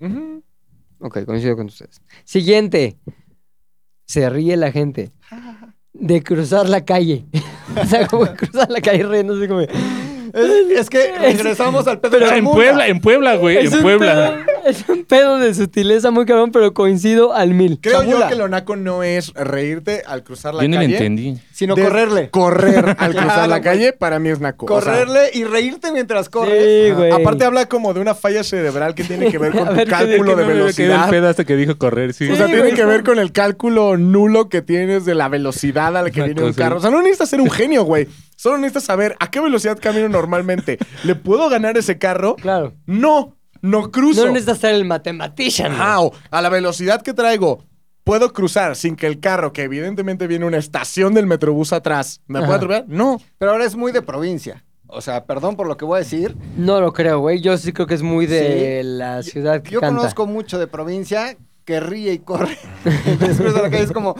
C: Ujú.
A: ok, coincido con ustedes. Siguiente. Se ríe la gente de cruzar la calle. o sea, como que cruzar la calle riéndose como...
D: Es, es que regresamos al Pedro
B: en
D: Carmona.
B: Puebla, en Puebla, güey,
A: Es
B: en
A: un
B: Puebla.
A: pedo- es un pedo de sutileza muy cabrón, pero coincido al mil.
C: Creo
D: Chamula.
C: yo que lo naco no es reírte al cruzar la
B: Yo ni lo
C: calle.
B: entendí.
D: Sino
C: de
D: correrle.
C: Correr al cruzar
D: Claro,
C: la
D: güey.
C: calle para mí es naco. O sea,
D: Correrle y reírte mientras corres.
A: Sí,
C: ajá.
A: güey.
C: Aparte habla como de una falla cerebral que tiene que ver
A: A
C: con
A: ver,
C: tu
A: ¿qué-
C: cálculo de
B: no me había quedado
C: velocidad.
B: el pedo hasta que dijo correr, sí.
C: o sea,
A: Sí,
C: tiene
A: güey.
C: que ver con el cálculo nulo que tienes de la velocidad a la que
B: Una
C: viene un
B: cosa. ¿eh?
C: carro. O sea, no necesitas ser un genio, güey. Solo necesitas saber a qué velocidad camino normalmente. ¿Le puedo ganar ese carro?
A: Claro.
C: No, no cruzo.
A: No necesitas ser el matematician. güey.
C: Ajá, o a la velocidad que traigo, puedo cruzar sin que el carro, que evidentemente viene una estación del metrobús atrás, ¿me pueda
A: Ajá.
C: atropellar? No.
D: Pero ahora es muy de provincia. O sea, perdón por lo que voy a decir.
A: No lo creo, güey. Yo sí creo que es muy de la ciudad que
D: Yo
A: canta.
D: conozco mucho de provincia que ríe y corre. Mientras cruza la calle es como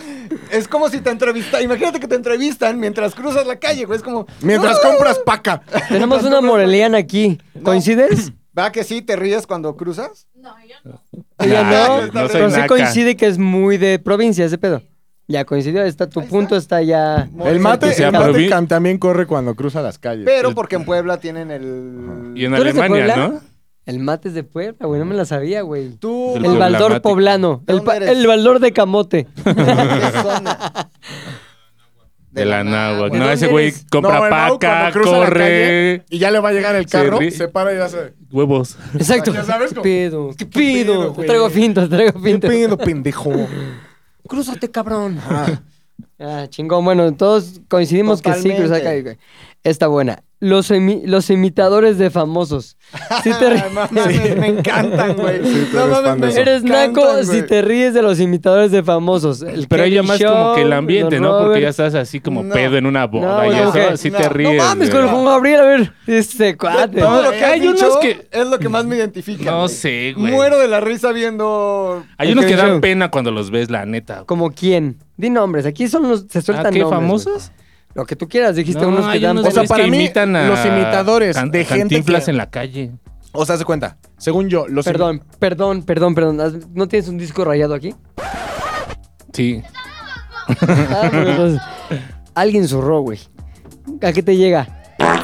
D: es como si te entrevistan, imagínate que te entrevistan mientras cruzas la calle, güey, es como
C: Mientras compras paca.
A: Tenemos una moreliana aquí. ¿Coincides?
D: ¿Va que sí te ríes cuando cruzas?
F: No, yo no.
A: Ella
B: Nah,
A: no.
B: no soy
A: pero sí
B: naca.
A: coincide que es muy de provincia ese pedo. Ya coincidió, está tu punto, está ya.
C: El mate,
B: sea
C: el mate
B: provi-
C: can- también corre cuando cruza las calles.
D: Pero porque en Puebla tienen el
B: Y en
A: ¿Tú eres de
B: Alemania,
A: Puebla?
B: ¿no?
A: El mate es de Puebla, güey. No me la sabía, güey.
D: tú
B: El
A: El baldor
B: problemático.
A: poblano.
D: ¿De
A: El,
D: dónde
A: pa-
D: eres?
A: el baldor de camote.
D: ¿Qué zona?
B: De la náhuatl.
A: ¿De
B: No, ese
A: dónde
B: güey
A: eres?
B: compra
C: No, el Mau
B: paca,
C: cuando cruza la calle
B: corre,
C: Y ya le va a llegar el
B: Se
C: carro, se,
B: ríe.
C: para y hace.
B: huevos.
A: Exacto.
C: Ya sabes
A: ¿Qué
C: cómo-
A: pedo? ¿Qué
C: pedo,
A: pedo? Te
C: güey?
A: traigo fintas, te traigo
C: ¿Qué
A: fintas.
C: pedo, pendejo?
A: Crúzate, cabrón. Ah, chingón. Bueno, todos coincidimos que sí,
D: Totalmente.
A: cruza güey. Está buena. Los, imi- los imitadores de famosos. Si te ri-
D: Ah, no mames, me encantan, güey.
C: Sí, tú
D: no
C: eres fan de
D: mames,
C: eso.
D: me
A: Eres
D: encantan,
A: naco
D: güey.
A: si te ríes de los imitadores de famosos. El
B: Pero
A: Kevin
B: ella más
A: Show,
B: como que el ambiente,
A: Don
B: ¿no? Porque
A: Robert.
B: ya estás así como
D: No.
B: pedo en una boda
A: No,
B: y
A: no,
B: eso,
A: que-
B: sí
D: no.
B: te
D: No
B: ríes.
A: No mames,
B: güey.
A: con Juan Gabriel, a ver. Este cuate.
D: Todo lo
B: No,
D: que has
B: hay unos
D: dicho
B: que-
D: es lo que más me identifica.
B: No
D: güey.
B: sé, güey.
D: Muero de la risa viendo.
B: Hay
A: El
B: unos que
A: Kevin
B: dan
A: Show.
B: pena cuando los ves, la neta.
A: ¿Como quién? Di nombres. Aquí son los. Se sueltan
B: ¿Ah, qué
A: nombres,
B: famosos?
A: güey. Lo que tú quieras. Dijiste
B: No,
A: unos que
B: hay
A: dan.
B: unos
C: O sea,
B: güeyes
C: para
B: que
C: mí,
B: imitan a
C: los imitadores
B: can-
C: de gente
B: cantinflas
C: que-
B: en la calle.
C: O sea, se cuenta. Según yo, los
A: Perdón, perdón, perdón, perdón. ¿Has- ¿No tienes un disco rayado aquí?
B: Sí.
A: Ah, porque entonces, alguien zurró, güey. ¿A qué te llega?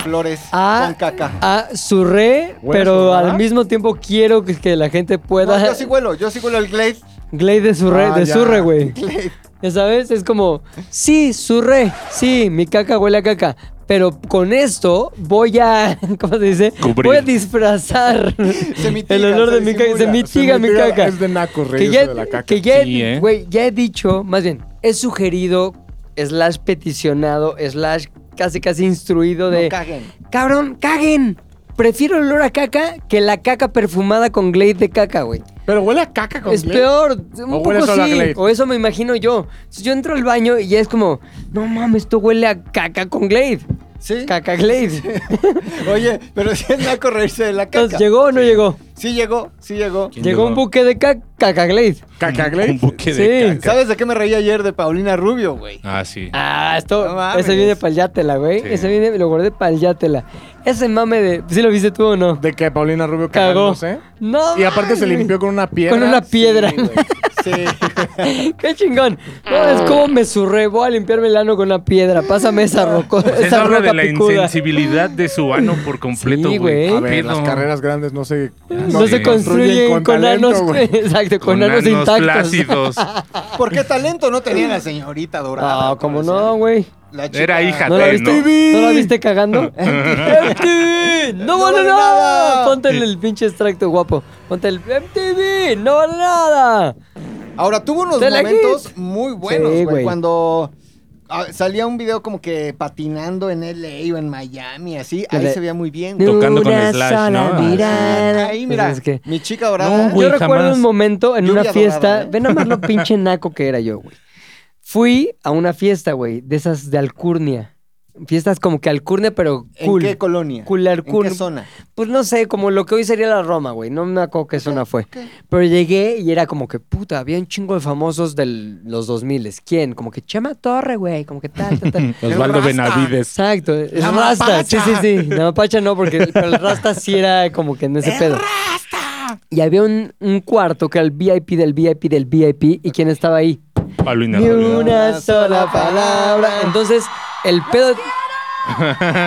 D: Flores
A: Ah.
D: con caca.
A: A zurré,
C: Bueno,
A: pero
C: zurrar.
A: al mismo tiempo quiero que, que la gente pueda.
D: No, yo sí huelo, yo sí huelo el Glade.
A: Glade de zurré,
C: Ah,
A: de
C: ya.
A: zurre, güey.
D: Glade.
A: Ya sabes, es como, sí, zurré, sí, mi caca huele a caca. Pero con esto voy a, ¿cómo se dice?
B: Cubrir.
A: Voy a disfrazar
D: mitiga,
A: el olor
D: se
A: de mi caca. Se
D: disimula, se
A: mitiga mi caca.
C: Es de naco
A: que
C: reírse
A: ya,
C: de la caca.
A: que ya, he-
B: Sí, ¿eh?
A: güey, ya he dicho, más bien, he sugerido, slash peticionado, slash casi casi instruido de,
D: No caguen.
A: cabrón, caguen. Prefiero el olor a caca que la caca perfumada con Glade de caca, güey.
C: Pero huele a caca con
A: Es
C: Glade.
A: peor, un
C: ¿O huele
A: poco
C: solo a
A: sí,
C: Glade?
A: o eso me imagino yo. Entonces, Yo entro al baño y ya es como, no mames, esto huele a caca con Glade.
D: Sí.
A: Caca Glade.
D: Oye, pero si es naco reírse de la caca.
A: Entonces, ¿llegó o no llegó?
D: Sí llegó, sí llegó.
B: ¿Quién
A: Llegó un
B: llegó?
A: buque de caca, caca Glade.
C: ¿Caca
B: Un
C: Glade?
B: buque
A: Sí.
B: de caca.
D: ¿Sabes de qué me reí ayer de Paulina Rubio, güey?
B: Ah, sí.
A: Ah, esto,
D: No mames.
A: ese viene pa'l yátela, güey.
B: Sí.
A: Ese viene, lo guardé pa'l yátela. Ese mame de, ¿sí lo viste tú o no?
C: De que Paulina Rubio
A: Cagó.
C: cagó. ¿eh?
A: No.
C: Y aparte se
A: mames.
C: limpió con una piedra.
A: Con una piedra.
C: Sí, güey.
D: Sí.
A: Qué chingón. No, es como me surrebo a limpiarme el ano con una piedra. Pásame esa, roco,
B: Pues eso
A: esa
B: habla
A: roca
B: de la
A: picuda.
B: insensibilidad de su ano por completo,
A: Sí,
B: güey.
A: güey.
C: A ver,
B: Pedo.
C: las carreras grandes no se,
A: No,
B: Sí.
A: se construyen con,
C: talento,
A: anos,
C: güey.
A: exacto, con,
B: Con
A: anos,
B: anos
A: intactos.
B: plácidos.
D: ¿Por qué talento no tenía la señorita dorada?
A: No, como
D: O sea,
A: no, güey.
D: la chica-
B: Era hija
A: ¿No la
B: de,
A: viste? ¿No la viste cagando? ¡MTV! ¡No vale
D: vale
A: nada!
D: nada.
A: Ponte el- el pinche extracto guapo. Ponte el MTV. ¡No vale nada!
D: Ahora tuvo unos
A: Telehit.
D: momentos muy buenos,
A: Sí,
D: güey.
A: güey.
D: Cuando ah, salía un video como que patinando en LA o en Miami, así, ahí
A: Tele-
D: se veía muy bien. güey.
B: Tocando con
A: Una
B: Slash,
A: sola
B: ¿no?
A: mirada.
D: Ahí, mira,
A: Pues es que-
D: mi chica dorada.
B: No, güey.
A: yo recuerdo
B: jamás.
A: un momento en
D: Lluvia
A: una fiesta.
D: dorada, ¿eh?
A: Ven a más lo pinche naco que era yo, güey. Fui a una fiesta, güey, de esas de alcurnia. Fiestas como que alcurnia, pero
D: ¿En
A: cool.
D: qué colonia?
A: Cool,
D: ¿En
A: cool.
D: qué zona?
A: Pues no sé, como lo que hoy sería la Roma, güey. No me acuerdo qué zona fue. Pero llegué y era como que, puta, había un chingo de famosos de los 2000. ¿Quién? Como que Chema Torre, güey. Como que tal, tal, tal.
B: Osvaldo
D: Rasta.
B: Benavides.
A: Exacto. El
D: La
A: Rasta.
D: mapacha.
A: Sí, sí, sí. La mapacha no, porque pero el Rasta sí era como que en ese pedo. Y había un, un cuarto que era el VIP del VIP del VIP. ¿Y quién estaba ahí?
B: Pablo
A: Ni
B: Inácio.
A: una sola palabra. Entonces, el pedo.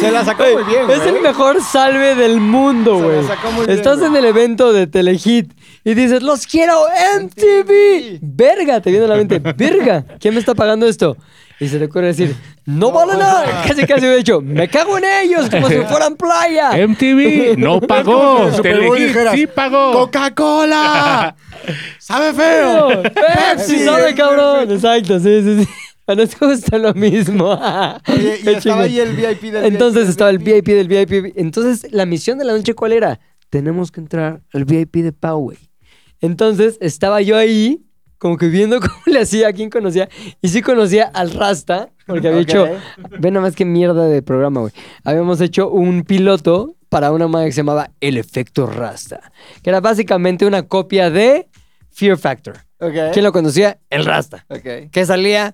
D: Se la sacó muy bien,
A: Es el
D: güey.
A: mejor salve del mundo,
D: Se la
A: güey.
D: sacó muy bien,
A: Estás
D: güey.
A: en el evento de Telehit y dices, los quiero MTV. Verga, te viene a la mente, verga, ¿quién me está pagando esto? Y se te ocurre decir, no vale nada. Casi, casi hubiera dicho, me cago en ellos como si fueran playa.
B: MTV no pagó.
C: Super Bowl
B: Telehit
C: dijeras,
B: sí pagó.
C: ¡Coca-Cola! ¡Sabe feo!
A: Pero, Pepsi, sabe, cabrón. Exacto, sí, sí, sí. Bueno, es justo lo mismo.
D: Oye, y
A: Qué
D: estaba
A: chingón.
D: ahí el VIP del
A: Entonces
D: del
A: estaba el VIP del VIP. Entonces, la misión de la noche, ¿cuál era? Tenemos que entrar al VIP de Poway. Entonces, estaba yo ahí, como que viendo cómo le hacía, a quién conocía. Y sí conocía al Rasta, porque había
D: Ok.
A: hecho. Ve nada más qué mierda de programa, güey. Habíamos hecho un piloto para una madre que se llamaba El Efecto Rasta, que era básicamente una copia de Fear Factor.
D: Ok.
A: ¿Quién lo conocía? El Rasta.
D: Ok.
A: Que salía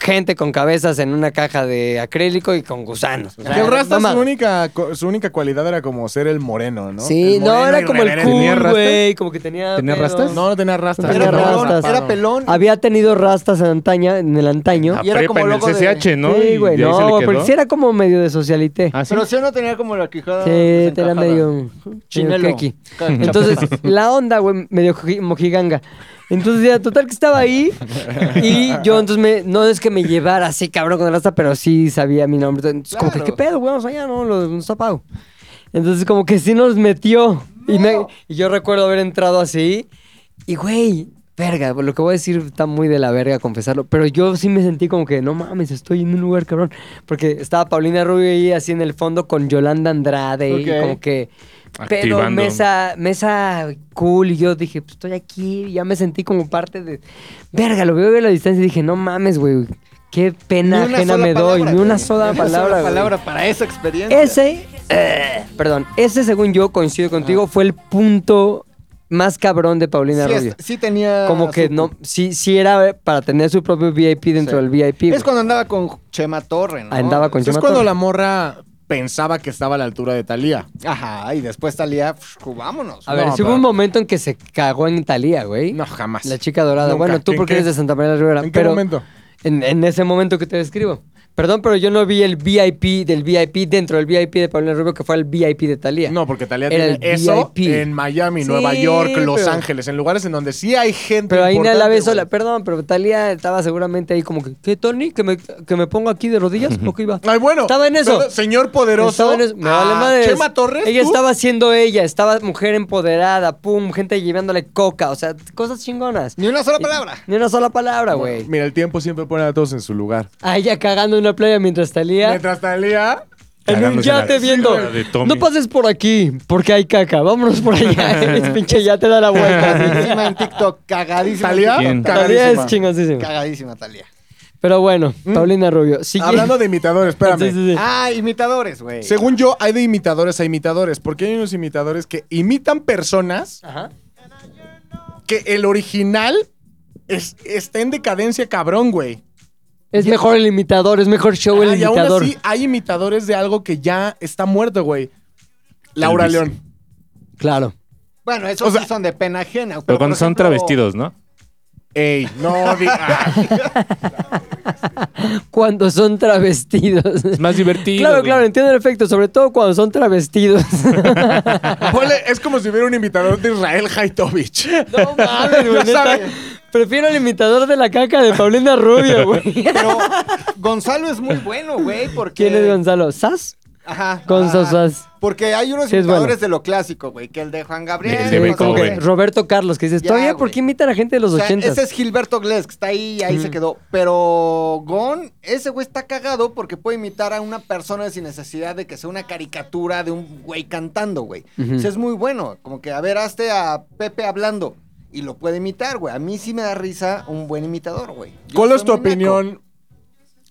A: gente con cabezas en una caja de acrílico y con gusanos. O sea,
C: Que el Rasta
A: mamá.
C: su única, co- su única cualidad era como ser el moreno, ¿no?
A: Sí,
C: El
A: no,
C: moreno
A: era como el
C: irreverente. ¿Tenía
A: cool,
C: rastas?
A: güey. Como que tenía.
B: ¿Tenía
A: pelos.
B: rastas?
C: No, no tenía rastas.
A: Tenía
D: Era pelón,
A: rastas.
D: era pelón.
A: Había tenido rastas en, antaña, en el antaño.
B: La
D: Y era
B: prepa
D: como
B: en el
D: loco de-
B: CCH, Ah, ¿no?
A: sí,
B: Y
A: güey.
B: de ahí se le
A: No,
B: quedó.
A: pero sí era como medio de socialité.
B: Ah, pues sí.
D: Pero sí o no tenía como la quijada.
A: Sí, te era
D: desencajada.
A: medio
D: Chinelo.
A: chinelo. Entonces, la onda, güey, medio ji- mojiganga. Entonces, ya, total que estaba ahí. Y yo, entonces, me, no es que me llevara así, cabrón, con el rasta, pero sí sabía mi nombre. Entonces, como que,
D: Claro.
A: ¿qué pedo, güey? Vamos allá, ¿no? Los, nos apago. Entonces, como que sí nos metió. Y, me- y yo recuerdo haber entrado así. Y, güey, verga, lo que voy a decir está muy de la verga confesarlo. Pero yo sí me sentí como que, no mames, estoy en un lugar, cabrón. Porque estaba Paulina Rubio ahí, así en el fondo, con Yolanda Andrade. Y
D: Ok.
A: como que, pero
B: Activando.
A: mesa, mesa cool. Y yo dije, pues estoy aquí. y ya me sentí como parte de. Verga, lo veo a la distancia y dije, no mames, güey. Qué pena
D: Ni una
A: ajena
D: sola
A: me doy.
D: palabra,
A: Ni una
D: güey.
A: sola
D: Ni
A: palabra. güey.
D: palabra para esa experiencia.
A: Ese, eh, perdón, ese según yo coincido contigo, fue el punto más cabrón de Paulina
D: sí,
A: Rubio.
D: es- sí tenía.
A: Como que
D: su-
A: no, sí, sí era para tener su propio VIP dentro
D: Sí.
A: del VIP. güey.
D: Es cuando andaba con Chema Torre, ¿no?
A: Andaba con
C: Es
A: Chema
C: cuando
A: Torre.
C: la morra pensaba que estaba a la altura de Talía.
D: Ajá, y después salía, pf, vámonos.
A: A ver,
C: No,
A: sí hubo
C: pero-
A: un momento en que se cagó en Talía, güey.
C: No, jamás.
A: La chica dorada.
C: Nunca.
A: Bueno, tú
C: ¿En
A: porque
C: qué?
A: eres de Santa María de Rivera.
C: ¿En qué
A: pero
C: momento?
A: En, en ese momento que te describo. Perdón, pero yo no vi el VIP del VIP dentro del VIP de Paulina Rubio, que fue el VIP de Talía.
C: No, porque Talía
A: Era
C: tiene
A: el
C: eso
A: VIP.
C: en Miami,
A: Sí,
C: Nueva York, Los
A: pero-
C: Ángeles, en lugares en donde sí hay gente.
A: Pero ahí nadie
C: importante,
A: la ve
C: güey.
A: sola. Perdón, pero Talía estaba seguramente ahí como que, ¿qué, Tony? ¿Que me, que me pongo aquí de rodillas? ¿O qué iba?
C: Ay, bueno.
A: Estaba en eso.
C: Ah, pero, señor poderoso.
A: Estaba en eso. Me vale
C: ah,
A: madres.
C: Chema Torres.
A: Ella
C: tú,
A: estaba siendo ella. Estaba mujer empoderada. Pum, gente llevándole coca. O sea, cosas chingonas.
D: Ni una sola palabra.
A: Ni una sola palabra, güey.
C: Mira, el tiempo siempre pone a todos en su lugar.
A: A ella cagando en una playa mientras Talía.
C: Mientras Talía
A: En un
B: cagándose la-
A: yate viendo.
B: la de Tommy.
A: No pases por aquí, porque hay caca. Vámonos por allá. El pinche yate da la vuelta. así.
D: Cagadísima en TikTok, cagadísima. en
C: ¿Talía?
B: ¿Quién?
D: TikTok,
A: Todavía
C: Cagadísima.
A: es chingosísimo.
D: Cagadísima, Talía.
A: Pero bueno, Paulina Rubio. sigue-
C: Hablando de imitadores, espérame.
A: Sí, sí, sí.
D: Ah, imitadores, güey.
C: Según yo, hay de imitadores a imitadores, porque hay unos imitadores que imitan personas
A: Ajá.
C: que el original es- está en decadencia cabrón, güey.
A: Es mejor el imitador, es mejor show
C: Ah,
A: el
C: y aún
A: imitador.
C: así hay imitadores de algo que ya está muerto, güey. Laura
B: Elvis.
C: León.
A: Claro.
D: Bueno, esos
C: O sea-
D: sí son de pena ajena.
B: Pero
D: por
B: cuando son
D: ejemplo,
B: travestidos, ¿no?
C: Ey, no ah. digas.
A: Cuando son travestidos.
B: Es más divertido.
A: Claro,
B: güey.
A: claro, entiendo el efecto, sobre todo cuando son travestidos.
C: Ponle- es como si hubiera un imitador de Israel Haitovich.
A: No mames,
C: Ya
A: güey. neta.
C: sabe.
A: Prefiero el imitador de la caca de Paulina Rubio, güey.
D: Pero Gonzalo es muy bueno, güey, porque...
A: ¿Quién es Gonzalo? ¿Sas?
D: Ajá.
A: Gonzo
D: ah,
A: Sas.
D: Porque hay unos
A: Sí, es
D: imitadores
A: bueno.
D: de lo clásico, güey, que el de Juan Gabriel.
B: El de
D: eh, no sé
B: Beethoven.
A: como
D: qué.
A: que Roberto Carlos, que dices,
D: Ya,
A: ¿todavía
D: güey.
A: por qué imitan a gente de los
D: O sea,
A: ochentas?
D: ese es Gilberto Gles, que está ahí, ahí se quedó. Pero Gon, ese güey está cagado porque puede imitar a una persona sin necesidad de que sea una caricatura de un güey cantando, güey.
A: Ujú.
D: O sea, es muy bueno. Como que, a ver, hazte a Pepe hablando y lo puede imitar, güey. A mí sí me da risa un buen imitador, güey. Yo
C: ¿Cuál es
D: soy
C: tu
D: muy naco.
C: opinión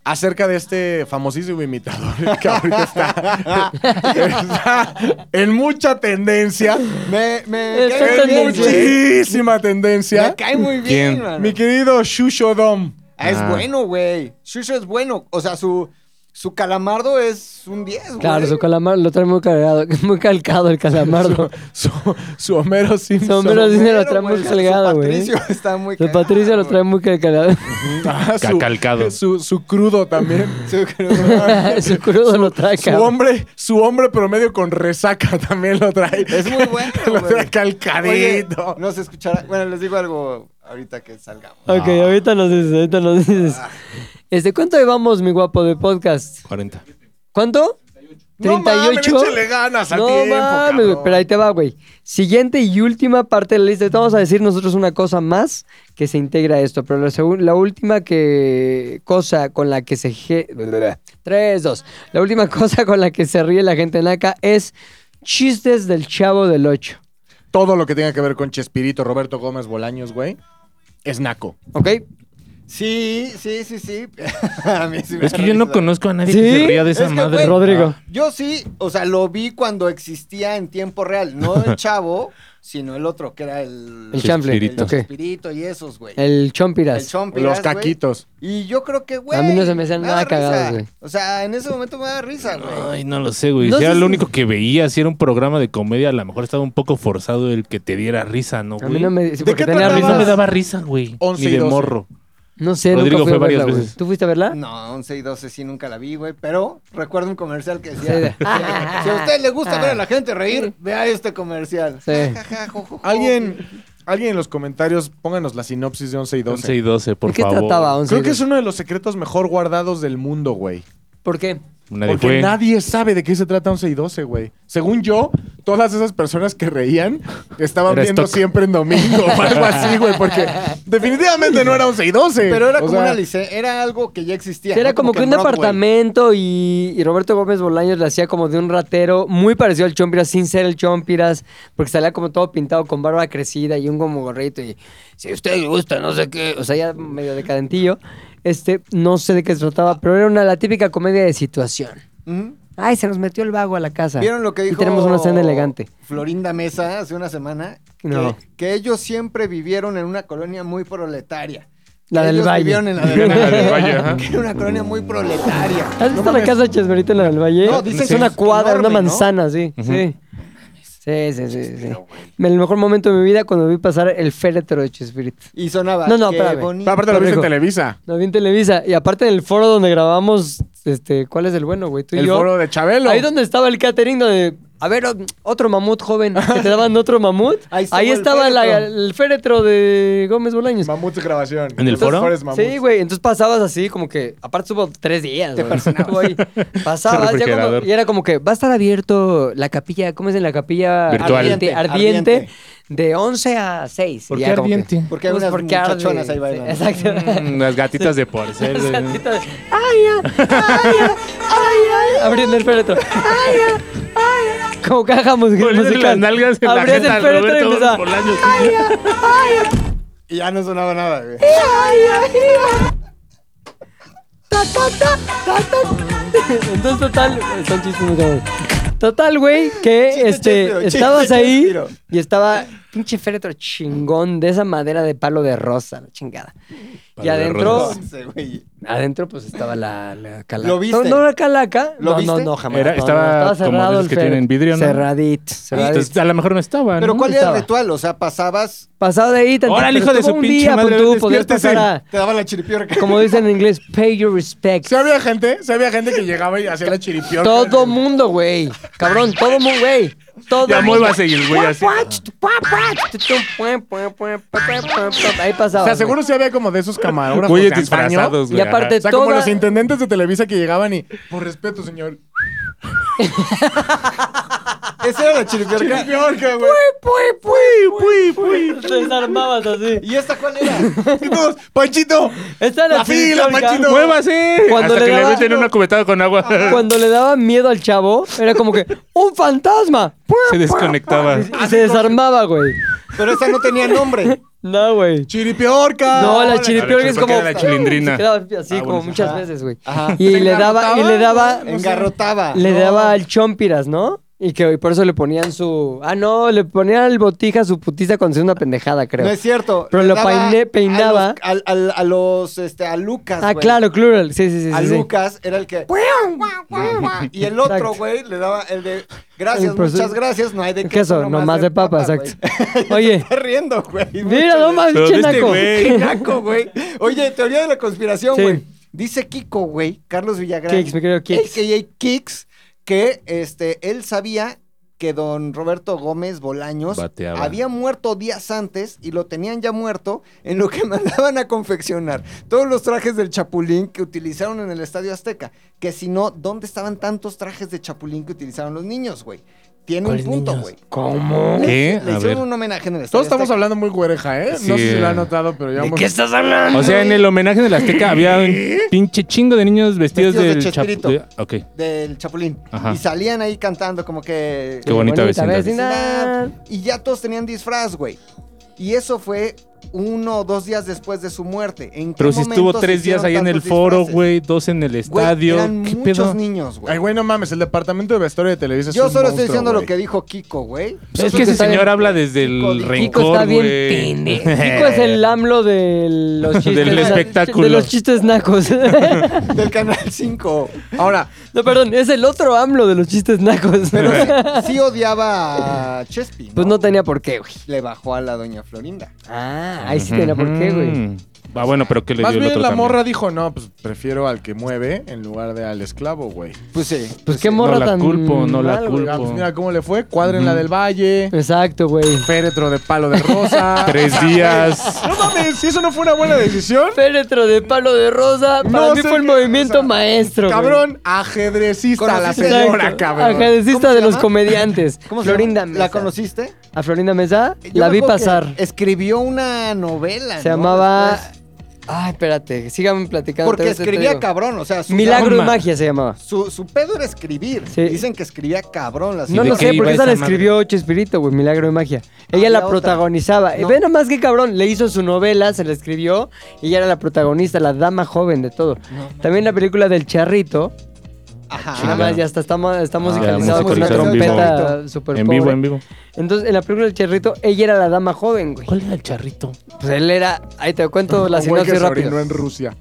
C: acerca de este famosísimo imitador que ahorita está, está en mucha tendencia?
D: Me, me
A: Está
D: cae
C: En
D: muy bien,
A: tendencia.
D: güey.
C: muchísima tendencia.
D: Me cae muy bien,
B: ¿Quién?
D: mano.
C: Mi querido Shusho Dom.
D: Ah, es
B: Ah.
D: bueno, güey. Shusho es bueno. O sea, su, su calamardo es un 10, güey.
A: Claro, su calamar lo trae muy cargado, muy calcado el calamardo.
C: Su, su Homero Simpson.
A: Su Homero Simpson. lo trae
D: güey.
A: muy colgado, güey.
D: Patricio está muy
A: El
D: cagado,
A: Patricio lo
D: güey.
A: trae muy calcado.
C: Ah,
B: Ca-
C: su-
B: calcado.
C: Su, su crudo también.
D: Su crudo.
A: su crudo lo trae
C: Su
A: cabrón.
C: hombre, su hombre promedio con resaca también lo trae.
D: Es muy bueno,
C: Lo
D: güey.
C: trae calcadito.
D: Oye, no se escuchará. Bueno, les digo algo ahorita que salgamos.
A: Ok, ahorita nos dices, ahorita nos dices. Este, ¿cuánto llevamos, mi guapo, de podcast?
B: 40.
A: ¿Cuánto?
C: No mames, échale ganas al
A: No
C: tiempo,
A: mames, güey,
C: cabrón.
A: pero ahí te va, güey. Siguiente y última parte de la lista. Ahorita Vamos a decir nosotros una cosa más que se integra a esto, pero la, segun- la última que cosa con la que se... ge- Tres, dos. La última cosa con la que se ríe la gente naca es chistes del chavo del 8.
C: Todo lo que tenga que ver con Chespirito, Roberto Gómez Bolaños, güey, es naco.
A: ¿Ok?
D: Sí, sí, sí, sí. A mí sí me
B: Es
D: da
B: que yo no
D: risa.
B: conozco a nadie
A: ¿Sí?
B: que se ría de
D: Es
B: esa
D: que,
B: madre.
D: güey,
A: Rodrigo.
D: Yo sí, o sea, lo vi cuando existía en tiempo real. No el chavo, sino el otro, que era el...
A: El chanfle.
B: Chespirito.
D: El
A: Ok.
D: Chespirito y esos, güey.
A: El chompiras.
D: El chompiras,
C: Los
D: güey.
C: caquitos.
D: Y yo creo que, güey.
A: A mí no se me hacían
D: me da
A: nada cagados,
D: risa.
A: güey.
D: O sea, en ese momento me da risa, güey.
B: Ay, no lo sé, güey.
A: No
B: si
A: sé
B: era
A: si-
B: lo único que veía, si era un programa de comedia, a lo mejor estaba un poco forzado el que te diera risa, ¿no,
A: A
B: güey?
A: mí no me... sí,
C: ¿De
A: porque
C: qué
A: tenía
B: A mí no
C: tratabas?
B: me
A: risas.
B: daba risa, güey.
C: Once
B: Ni
C: y
B: de
C: doce.
B: morro.
A: No sé,
B: Rodrigo
A: nunca fui
B: fue
A: a
B: varias
A: verla, güey.
B: veces.
A: ¿Tú fuiste a verla?
D: No, 11 y 12 sí nunca la vi, güey. Pero recuerdo un comercial que
A: Sí,
D: decía:
A: de-
D: Si a usted le gusta ver a la gente reír, vea este comercial.
A: Sí.
D: Ja, ja, ja, jo, jo, jo.
C: Alguien, alguien en los comentarios, pónganos la sinopsis de 11 y 12.
B: 11 y 12, por
A: ¿De qué
B: favor.
A: trataba? Once
C: Creo
A: y
C: que es
A: dos?
C: uno de los secretos mejor guardados del mundo, güey.
A: ¿Por qué?
B: Nadie
C: Porque
B: fue.
C: nadie sabe de qué se trata 11 y 12, güey. Según yo, todas esas personas que reían estaban
B: Era
C: viendo
B: stock.
C: siempre en domingo o algo así, güey. Porque definitivamente no era 11 y 12.
D: Pero era
C: O
D: como
C: sea,
D: una lice, era algo que ya existía.
A: Sí, era
D: ¿no?
A: como, que, un
D: en Broadway.
A: departamento y, y Roberto Gómez Bolaños le hacía como de un ratero muy parecido al Chompiras, sin ser el Chompiras, porque salía como todo pintado con barba crecida y un como gorrito y si usted le gusta, no sé qué, o sea, ya medio decadentillo. Este, no sé de qué se trataba, pero era una la típica comedia de situación.
D: Ujú.
A: Ay, se nos metió el vago a la casa.
D: ¿Vieron lo que dijo?
A: Y tenemos una escena elegante.
D: Florinda Mesa hace una semana. que-
A: No.
D: Que, ellos siempre vivieron en una colonia muy proletaria.
A: La
D: Que
A: del
D: ellos
A: Valle.
D: Vivieron en la del
B: Vivieron en la del
D: Valle,
B: Valle, ajá.
D: Que era una colonia muy proletaria.
A: ¿Has visto la casa de Chesmerito en la del Valle?
D: No, dicen
A: es
D: que
A: una
D: es
A: cuadra,
D: enorme,
A: una
D: ¿no?
A: manzana, sí, sí. Sí, sí, sí, sí. El mejor momento de mi vida cuando vi pasar el féretro de Chespirito.
D: Y sonaba.
A: No, no,
D: qué
A: espérame.
D: bonito.
C: Pero aparte lo viste en
A: Rodrigo.
C: Televisa.
A: Lo vi en Televisa. Y aparte en el foro donde grabamos, este, ¿cuál es el bueno, güey? Tú y
C: El
A: yo.
C: foro de Chabelo.
A: Ahí donde estaba el catering, donde. A ver, o- otro mamut joven. Que te daban otro mamut.
D: Ahí
A: Ahí,
D: estuvo el
A: estaba la-
D: féretro.
A: el féretro de Gómez Bolaños.
C: Mamut grabación.
B: ¿En el
C: Los
B: foro?
C: mejores mamuts.
A: Sí, güey. Entonces pasabas así, como que. Aparte estuvo tres días. Te Pasabas.
B: El
A: ya cuando-
B: refrigerador.
A: y era como que va a estar abierto la capilla. ¿Cómo es en la capilla
B: Virtual.
A: ardiente?
D: Ardiente.
A: Ardiente, De 11 a 6.
B: ¿Por
A: Y
B: qué
A: ya como que-
B: ardiente?
D: Porque hay
A: Pues
D: unas
A: porque arde.
D: muchachonas ahí
A: Sí,
D: bailando.
A: Exacto.
B: Mm, las gatitas de porcel.
A: Las
B: güey.
A: gatitas. ¡Ay, ya! ¡Ay, ya! Abriendo el féretro. Como caja mus-
B: Poniéndole
A: musical.
B: las nalgas en la
A: Abrías
B: jeta
A: el
B: al
A: féretro y
B: Roberto
A: empezaba.
B: Bolaños.
C: Y ya no sonaba nada, güey.
A: Entonces, total, eh, son chistes muy cabrones. Total, güey, que este,
C: Chiste, chiste, chiste,
A: estabas
C: chiste,
A: ahí
C: tiro.
A: y estaba pinche féretro chingón de esa madera de palo de rosa, la chingada. y
B: de
A: adentro,
B: rosa.
C: Once, güey.
A: adentro pues estaba la, la calaca.
C: ¿Lo viste?
A: No, no la calaca.
C: ¿Lo
A: no,
C: viste?
A: no, no, jamás.
B: Era-
A: no,
B: estaba
A: no,
B: como de esos que
A: féretro.
B: tienen vidrio, ¿no?
A: Cerradito, cerradito.
B: Entonces, a lo mejor no estaba,
D: Pero
B: ¿no?
D: ¿cuál era
A: estaba.
D: el ritual? O sea, pasabas.
A: Pasado de ahí, tantito,
B: Órale,
A: pero
B: hijo de
A: estuvo
B: su
A: un
B: pinche
A: día,
B: madre,
A: pon tú, podías
B: despiértese.
A: pasar a,
C: Te daba la chiripiorca.
A: como dicen en inglés, pay your respects.
C: Sí había gente, sí había gente que llegaba y hacía la chiripiorca.
A: Todo mundo, güey. Cabrón, todo mundo, güey. Todo
B: Ya
A: mundo.
B: muévase y el güey así.
A: Ahí pasaba.
C: O sea,
A: güey.
C: seguro sí había como de esos camarógrafos.
B: Güeyes
C: de antaño.
B: disfrazados,
A: Y
B: güey.
A: aparte-
C: O sea, como
A: Toda-
C: los intendentes de Televisa que llegaban y, por respeto, señor.
D: Esa era la chiripiorca.
C: Chiripiorca, güey.
A: Pui, pui, pui, pui. Te desarmabas así.
D: ¿Y esta cuál era?
C: Y todos, ¡Panchito!
A: Esta era
C: La fila,
A: chiripiorca.
C: Panchito.
B: Ajá. ¡Muévase!
A: Cuando
B: Hasta
A: le
B: que le
A: daba-
B: meten una cubetada con agua.
A: Cuando le daba miedo al chavo, era como que ¡un fantasma!
B: Se desconectaba.
A: Y se desarmaba, güey.
D: Pero esa no tenía nombre.
A: No, güey.
C: ¡Chiripiorca!
A: No, la
C: chiripiorca.
A: chiripiorca es como.
B: era la chilindrina.
A: Se quedaba así
B: Ah,
A: como
B: bueno,
A: muchas
D: ajá.
A: veces, güey.
D: Ajá.
A: Y
C: ¿Se
A: le daba, y le daba,
C: engarrotaba? No sé.
D: Engarrotaba.
A: le
D: No.
A: daba al chompiras, ¿no? Y que por eso le ponían su. Ah, no, le ponían al botija su putiza cuando hacía una pendejada, creo.
D: No es cierto.
A: Pero
D: Le
A: lo
D: daba
A: peiné- peinaba.
D: A los, al- al- a los, este, a Lucas.
A: ah,
D: güey.
A: claro, plural. Sí, sí, sí.
D: A
A: sí, sí.
D: Lucas era el que. Y el
A: Exacto.
D: otro, güey, le daba el de. Gracias,
A: El proceso-
D: muchas gracias. No hay de
A: El
D: queso.
A: queso, nomás de papa,
D: güey.
A: exacto. Oye,
D: Está riendo, güey.
A: mira,
D: Mucho,
A: no más,
B: Pero
A: pinche
B: viste,
A: naco.
B: güey.
D: Qué naco, güey. Oye, teoría de la conspiración,
A: Sí.
D: güey. Dice Kiko, güey, Carlos Villagrán.
A: Kix, mi querido Kix.
D: AKA Kix, que este, él sabía que don Roberto Gómez Bolaños
B: Bateaba.
D: había muerto días antes y lo tenían ya muerto en lo que mandaban a confeccionar todos los trajes del Chapulín que utilizaron en el Estadio Azteca. Que si no, ¿dónde estaban tantos trajes de Chapulín que utilizaron los niños, güey? Tiene un
A: ¿Cuáles
D: punto,
A: niños?
D: güey.
A: ¿Cómo?
B: ¿Qué?
D: Le
B: A ver.
D: hicieron un homenaje en el Estadio
C: Todos estamos
D: Azteca.
C: hablando muy güereja, ¿eh? No
B: Sí.
C: sé si lo han notado, pero ya hemos...
A: estás hablando?
B: O sea, en el homenaje de la Azteca había un pinche chingo de niños vestidos,
D: Vestidos de
B: del chap-
D: Chespirito.
B: de- ah, Ok,
D: del Chapulín.
B: Ajá.
D: Y salían ahí cantando como que...
B: qué bonita, vecindad.
A: vecindad.
D: Y ya todos tenían disfraz, güey. Y eso fue uno o dos días después de su muerte. ¿En qué
B: Pero si estuvo
D: momento se
B: tres días
D: hicieron
B: ahí en el
D: tantos
B: foro,
D: disfraces?
B: güey, dos en el
D: Güey,
B: estadio.
D: eran
B: ¿Qué
D: muchos
B: pedo?
D: niños, güey.
C: Ay, güey, no mames, el departamento de vestuario de Televisa es
D: Yo
C: un
D: solo
C: monstruo,
D: estoy diciendo
C: güey.
D: lo que dijo Kiko, güey.
A: Yo
B: Es
A: creo
B: que
A: que
B: ese
A: está bien-
B: señor habla desde el
D: Kiko- Kiko
A: Kiko está
B: rencor,
A: bien
B: güey.
A: pendejo. Kiko es el AMLO de los chistes.
B: Del espectáculo.
A: De los chistes nacos. no,
D: Del Canal 5.
C: Ahora,
A: perdón, es el otro AMLO de los chistes nacos.
D: Pero sí, sí odiaba a Chespi.
A: Pues no tenía por qué, güey.
D: Le bajó a la doña Florinda.
A: Ah, ahí sí tenía por qué, güey.
B: Ujú. Ah, bueno, pero ¿qué le dio
C: más
B: el
C: bien
B: otro
C: la
B: también?
C: morra dijo, no, pues prefiero al que mueve en lugar de al esclavo, güey.
D: Pues sí.
A: Pues qué morra
B: no la
A: tan
B: culpo, no la
A: mal, güey.
B: culpo.
C: Ah, pues mira cómo le fue, cuadra en la del valle,
A: Exacto, güey.
C: féretro de palo de rosa.
B: Tres días.
C: No mames, si eso no fue una buena decisión,
A: Féretro de palo de rosa. Para
C: No
A: mí
C: sé
A: fue el
C: qué-
A: movimiento
C: o sea,
A: maestro. güey.
C: cabrón, ajedrecista la
D: Conociste-
C: señora,
A: Exacto.
C: cabrón.
A: Ajedrecista
D: ¿Cómo
A: de
D: se
A: los
D: llama?
A: comediantes.
D: ¿Cómo se
A: Florinda
D: llama?
A: Mesa.
D: ¿La conociste?
A: A Florinda Mesa
D: Yo
A: la
D: me
A: vi
D: acuerdo que
A: pasar.
D: Escribió una novela.
A: Se
D: ¿no?
A: llamaba.
D: Después.
A: Ay, espérate, síganme platicando.
D: Porque
A: ahorita te
D: escribía
A: digo.
D: cabrón, o sea, su,
A: Milagro y
B: Norma.
A: magia se llamaba.
D: su, su pedo era escribir.
A: Sí.
D: Dicen que escribía cabrón las
A: No
B: de
A: lo
D: novelas.
B: qué
A: sé,
B: iba
A: porque esa la
B: esa madre?
A: escribió Chespirito, güey, Milagro y Magia. Ella
D: Había
A: Ah, la
D: otra.
A: protagonizaba. Y
D: No.
A: Ve nomás qué cabrón, le hizo su novela, se la escribió y ella era la protagonista, la dama joven de todo. También la película del charrito,
D: Ajá.
A: Ah, nada más ya está, está, mo- está
B: Ah,
A: musicalizado con una
D: musicalizado en vivo.
A: trompeta super
B: En vivo, en vivo.
A: Entonces, en la película del charrito, ella era la dama joven, güey.
B: ¿Cuál era el charrito?
A: Pues él era, ahí te cuento la
C: Un güey que
A: sinopsis
C: se orinó
A: rápido.
C: en Rusia.